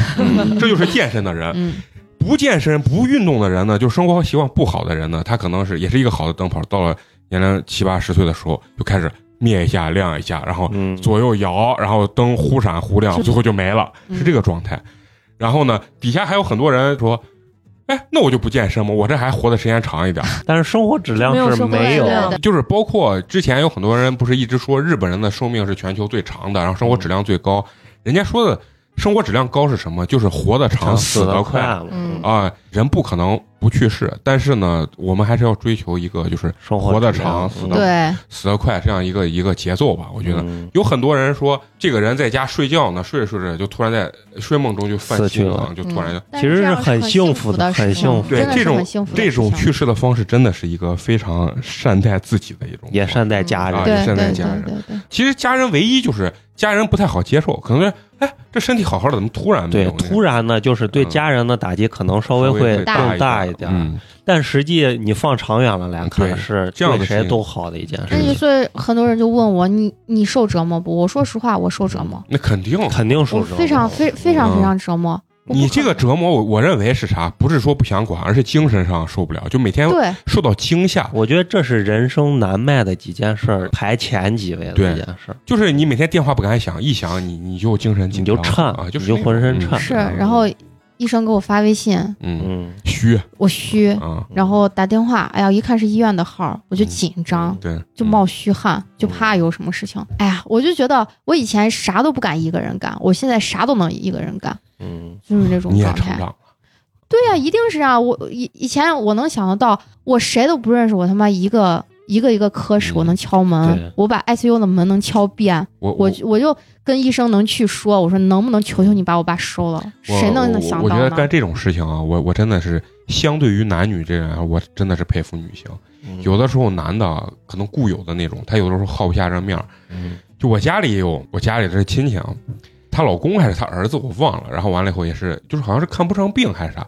这就是健身的人。嗯，不健身、不运动的人呢，就生活习惯不好的人呢，他可能是也是一个好的灯泡，到了年龄七八十岁的时候，就开始灭一下、亮一下，然后嗯，左右摇，然后灯忽闪忽亮，是最后就没了，嗯是这个状态。然后呢，底下还有很多人说。哎，那我就不健身吗？我这还活的时间长一点。但是生活质量没有是生活没有质量就是包括之前有很多人不是一直说日本人的寿命是全球最长的，然后生活质量最高。人家说的生活质量高是什么？就是活得长，死得得快啊、了，嗯人不可能不去世，但是呢，我们还是要追求一个就是生活活得质量长死得嗯对，死得快这样一个一个节奏吧。我觉得嗯有很多人说，这个人在家睡觉呢，睡着睡着就突然在睡梦中就犯死去心了梗，就突然就、但其实这样是很很幸福嗯福的很事幸情福对真的这是很种幸福的这种事情去世的方式，真的是一个非常善待自己的一种。也善待家啊人，也对善对待对家人对对，其实家人唯一就是家人不太好接受，可能是哎这身体好好的，怎么突然没对有，突然呢，就是对家人的打击可能稍微嗯会会大更大一一点，嗯，但实际你放长远了来对看，是这样的对谁心都好的一件那事你情，所以很多人就问我，你你受折磨不？我说实话，我受折磨，那肯定。肯定我受折磨，非常非嗯非常非常折磨。我不你可这个折磨，我我认为是啥？不是说不想管，而是精神上受不了，就每天对受到惊吓。我觉得这是人生难迈的几件事儿，排前几位的对一件事儿。就是你每天电话不敢响，一响你你就精神紧张，你就颤啊，就是你就那种浑身嗯颤是，嗯然后医生给我发微信，嗯嗯，虚我虚，啊，然后打电话，哎呀，一看是医院的号儿，嗯我就紧张，对，嗯就冒虚汗，就怕有什么事情。哎呀，我就觉得我以前啥都不敢一个人干，我现在啥都能一个人干，嗯，就是那种你也状成态长。了，对呀、一定是啊！我以以前我能想得到，我谁都不认识，我他妈一个一个一个科室，我能敲对门，我把 ICU 的门能敲遍，嗯我我我就跟医生能去说，我说能不能求求你把我爸收了？我谁我能想我到觉得干呢？这种事情啊，我我真的是相对于男女这样，我真的是佩服女性。嗯有的时候男的啊可能固有的那种，他有的时候好不下这面儿。嗯就我家里也有，我家里这亲戚啊，她老公还是她儿子，我忘了。然后完了以后也是，就是好像是看不上病还是啥。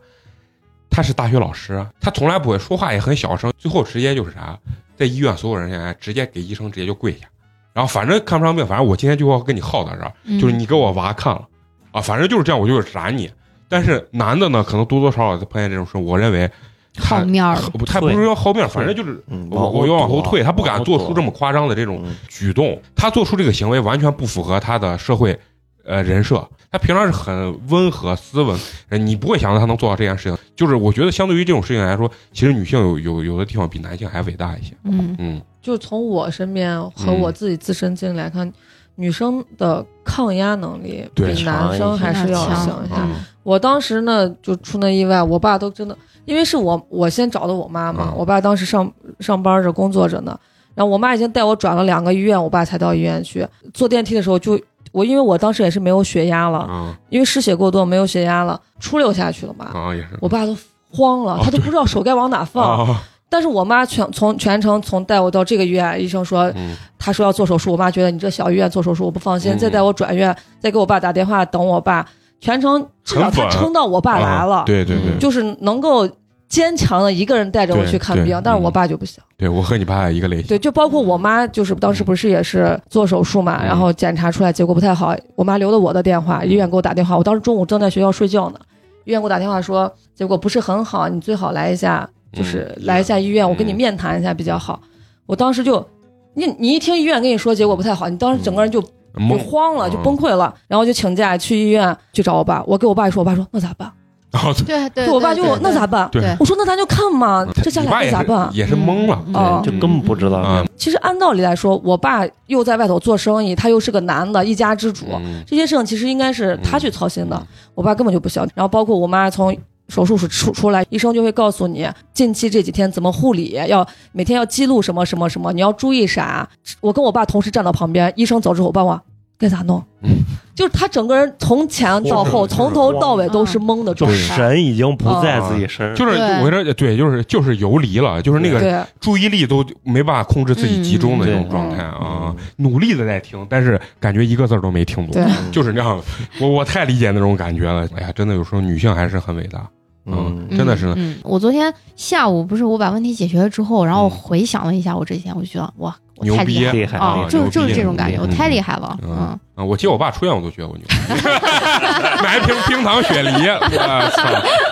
他是大学老师，他从来不会说话，也很小声。最后直接就是啥，在医院所有人面前直接给医生直接就跪下，然后反正看不上病，反正我今天就要跟你耗到这儿。嗯就是你给我娃看了啊，反正就是这样，我就是拦你。但是男的呢，可能多多少少在碰见这种事，我认为他好面儿了，不，他不是要好面儿，反正就是嗯，我我要往后退，他不敢做出这么么夸张的这嗯种举动，他做出这个行为完全不符合他的社会呃人设。他平常是很温和斯文，呃你不会想到他能做到这件事情。就是我觉得相对于这种事情来说，其实女性有有有的地方比男性还伟大一些。嗯，嗯，就从我身边和我自己自身经历来看，女生的抗压能力比对男生还是要强强一下。嗯我当时呢就出那意外，我爸都真的，因为是我我先找的我妈嘛，嗯我爸当时上上班着工作着呢，然后我妈已经带我转了两个医院，我爸才到医院去。坐电梯的时候就我因为我当时也是没有血压了，啊因为失血过多没有血压了，出溜下去了嘛，啊也是我爸都慌了哦，他都不知道手该往哪放。啊但是我妈全从全程从带我到这个医院，医生说嗯她说要做手术，我妈觉得你这小医院做手术我不放心，嗯再带我转院，再给我爸打电话等我爸，全程至少很她稳撑到我爸来了，啊对对对嗯，就是能够坚强的一个人带着我去看对嗯病对，但是我爸就不行。对我和你爸一个类型。对，就包括我妈，就是当时不是也是做手术嘛，嗯然后检查出来结果不太好，我妈留的我的电话，医院给我打电话，我当时中午正在学校睡觉呢，医院给我打电话说结果不是很好，你最好来一下，就是嗯来一下医院，我跟你面谈一下比较好。我当时就，你你一听医院跟你说结果不太好，你当时整个人就就懵慌了，嗯就崩溃了，然后就请假去医院去找我爸，我给我爸一说，我爸说那咋办？啊对对对，就我爸对就我对那咋办？对对我说那咱就看嘛，这下嗯你爸来也是这咋办？也是懵了嗯哦就根本不知道啊，其实按道理来说，我爸又在外头做生意，他又是个男的，一家之主，嗯这些事情其实应该是他去操心的。嗯我爸根本就不行。然后包括我妈从手术室出出来，医生就会告诉你近期这几天怎么护理，要每天要记录什么什么什么，你要注意啥。我跟我爸同时站到旁边，医生走之后，我爸问该咋弄，嗯就是他整个人从前到后，我是从头到尾都是嗯懵的就状态。神已经不在自己身上，就是对我这对，就是就是游离了，就是那个对，注意力都没办法控制自己集中的那种嗯状态啊，努力的在听，但是感觉一个字儿都没听懂对，就是那样的。我我太理解那种感觉了，哎呀，真的有时候女性还是很伟大，嗯嗯真的是嗯，嗯我昨天下午不是我把问题解决了之后，然后我嗯回想了一下我这一天，我就觉得哇，我牛太逼厉害厉害了啊啊！哦就牛逼是就是这种感觉，嗯我太厉害了，嗯嗯，啊！我接我爸出院，我都觉得我牛逼，买一瓶冰糖雪梨，我操，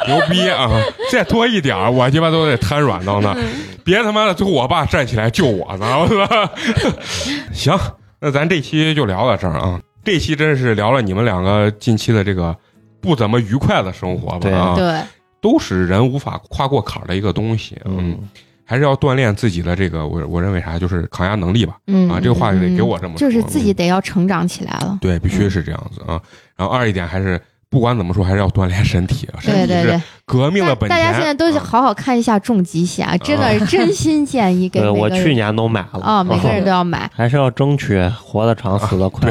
牛逼啊！再多一点儿，我鸡巴都得瘫软到嗯那，别他妈的最后我爸站起来救我呢！我操， 行，那咱这期就聊到这儿啊！这期真是聊了你们两个近期的这个不怎么愉快的生活吧对啊，对，都是人无法跨过坎儿的一个东西，嗯，嗯，还是要锻炼自己的这个，我我认为啥就是抗压能力吧。嗯啊，这个话得给，我这么嗯说，就是自己得要成长起来了，对，必须是这样子啊。然后二一点还是不管怎么说，还是要锻炼身体， 啊，身对体对是对，革命的大本钱。大家现在都啊好好看一下重疾险，啊 真的是真心建议给对每呃我个去人年都买了啊，每个人都 要买， 还是要争取活得长，死得快。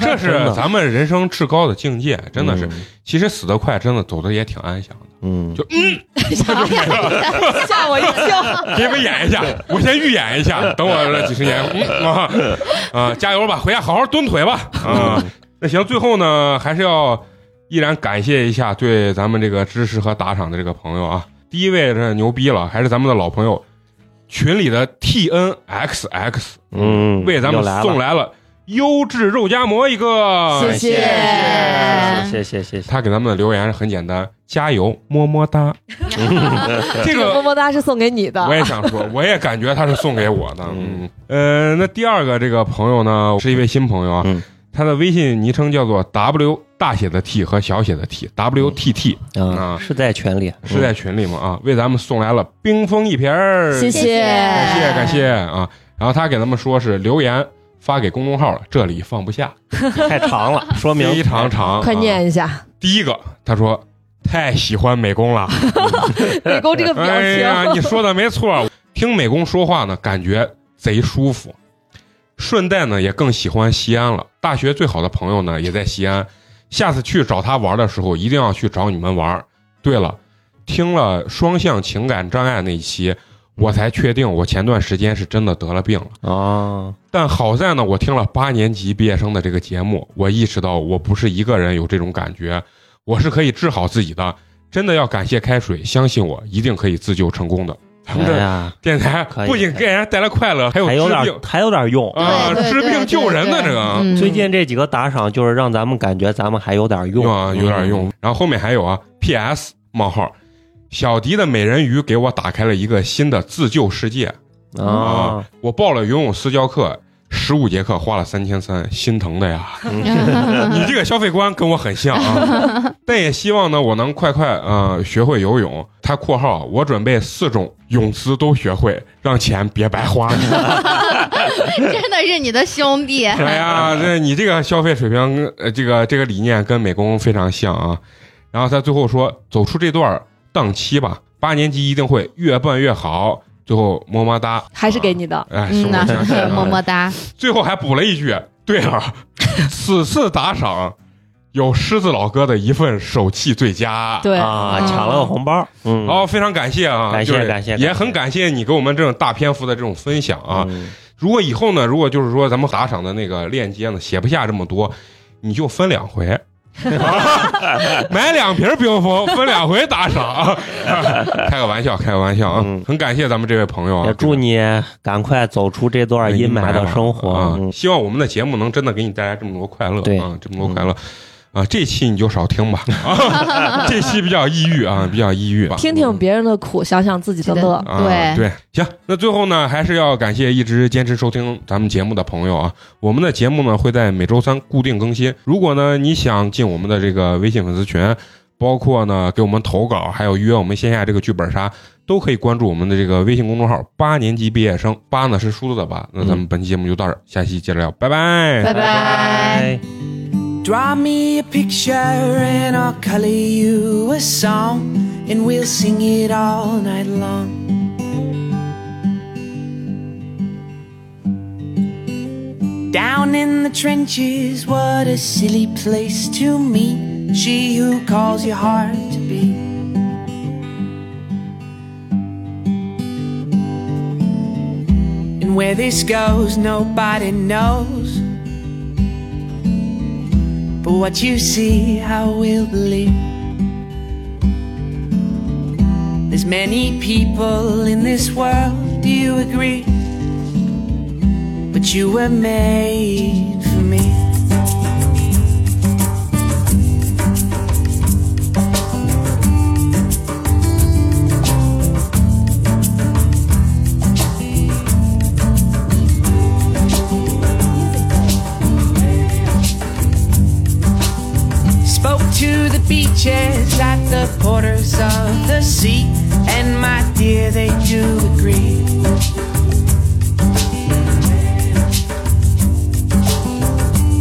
这是真的咱们人生至高的境界，真的是。嗯，其实死得快，真的走得也挺安详 的。嗯，就嗯，吓我一跳，给你们演一下，我先预演一下，等我这几十年，嗯啊啊，加油吧，回家好好蹲腿吧 啊。那行，最后呢，还是要依然感谢一下对咱们这个支持和打赏的这个朋友啊。第一位这牛逼了，还是咱们的老朋友群里的 T N X X，嗯，为咱们又来了送来了优质肉夹馍一个。谢谢谢谢谢谢谢谢，他给咱们的留言是很简单，加油，么么哒。 这这个么个么哒是送给你的我。也想 说，我也感觉他是送给我的。嗯，呃，那第二个这个朋友呢，是一位新朋友啊，嗯他的微信昵称叫做 W 大写的 T 和小写的嗯 T，WTT、啊啊，是在群里，是在群里嘛啊，为咱们送来了冰封一瓶儿，谢谢谢感谢感谢啊。然后他给咱们说是留言发给公众号了，这里放不下，嗯太长了，说明非常。长，快啊念一下，第一个，他说：“太喜欢美工了。美工这 个表情，嗯哎呀，你说的没错，听美工说话呢，感觉贼舒服。顺带呢，也更喜欢西安了。大学最好的朋友呢，也在西安。下次去找他玩的时候，一定要去找你们玩。对了，听了双向情感障碍那一期，我才确定我前段时间是真的得了病了。啊，但好在呢，我听了八年级毕业生的这个节目，我意识到我不是一个人有这种感觉，我是可以治好自己的。真的要感谢开水，相信我，一定可以自救成功的。咱们哎这呀，电台可以不仅给人带来快乐，还有还有治点病还有点用。啊，对对治对病救人的对这个啊嗯最近这几个打赏，就是让咱们感觉咱们还有点用啊，有点。用。然后后面还有啊，P.S. 冒号，小迪的美人鱼给我打开了一个新的自救世界。嗯啊，我报了游泳私教课，十五节课花了三千三，心疼的呀。嗯你这个消费观跟我很像 啊，但也希望呢，我能快快呃学会游泳。他括号我准备四种泳姿都学会，让钱别白花。 真的是你的兄弟。哎呀，这你这个消费水平跟，呃，这个这个理念跟美工非常像啊。然后他最后说，走出这段档期吧，八年级一定会越办越好。最后么么哒，还是给你的。哎，是嗯我呐想起来，了 么么哒，最后还补了一句：“对 了，此次打赏有狮子老哥的一份手气最佳。”。对，啊，嗯抢了个红包，嗯，好，非常感谢啊！感谢就是感谢也很感谢你给我们这种大篇幅的这种分享啊！嗯，如果以后呢，如果就是说咱们打赏的那个链接呢写不下这么多，你就分两 回，买两瓶冰峰，分两回打 赏，开个玩笑，开个玩笑啊！嗯很感谢咱们这位朋友啊，也祝你赶快走出这段阴霾的生活。啊嗯！希望我们的节目能真的给你带来这么多快乐，对啊，这么多快乐。啊，这期你就少听吧，啊、这期比较抑郁啊，比较抑郁吧。听听别人的苦，想想自己的乐。啊，对对，行，那最后呢，还是要感谢一直坚持收听咱们节目的朋友啊。我们的节目呢会在每周三固定更新。如果呢你想进我们的这个微信粉丝群，包括呢给我们投稿，还有约我们线下这个剧本杀，都可以关注我们的这个微信公众号“八年级毕业生”，八呢是数字的八。那咱们本期节目就到这儿，下期接着聊，拜拜。拜拜。 Draw me a picture and I'll color you a song, and we'll sing it all night long. Down in the trenches, what a silly place to meet. She who calls your heart to beat. And where this goes, nobody knows. But what you see, I will believe. There's many people in this world, do you agree? But you were made for me. Spoke to the beaches at the borders of the sea, and my dear, they do agree.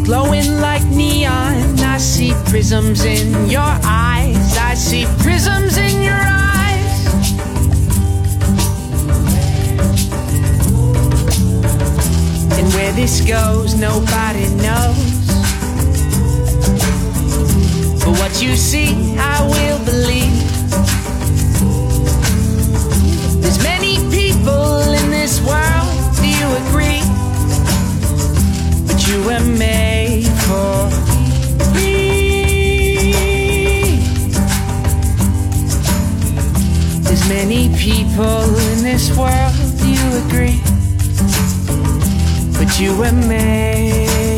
Glowing like neon, I see prisms in your eyes. I see prisms in your eyes. And where this goes, nobody knows. But what you see, I will believe. There's many people in this world, do you agree? But you were made for me. There's many people in this world, do you agree? But you were made.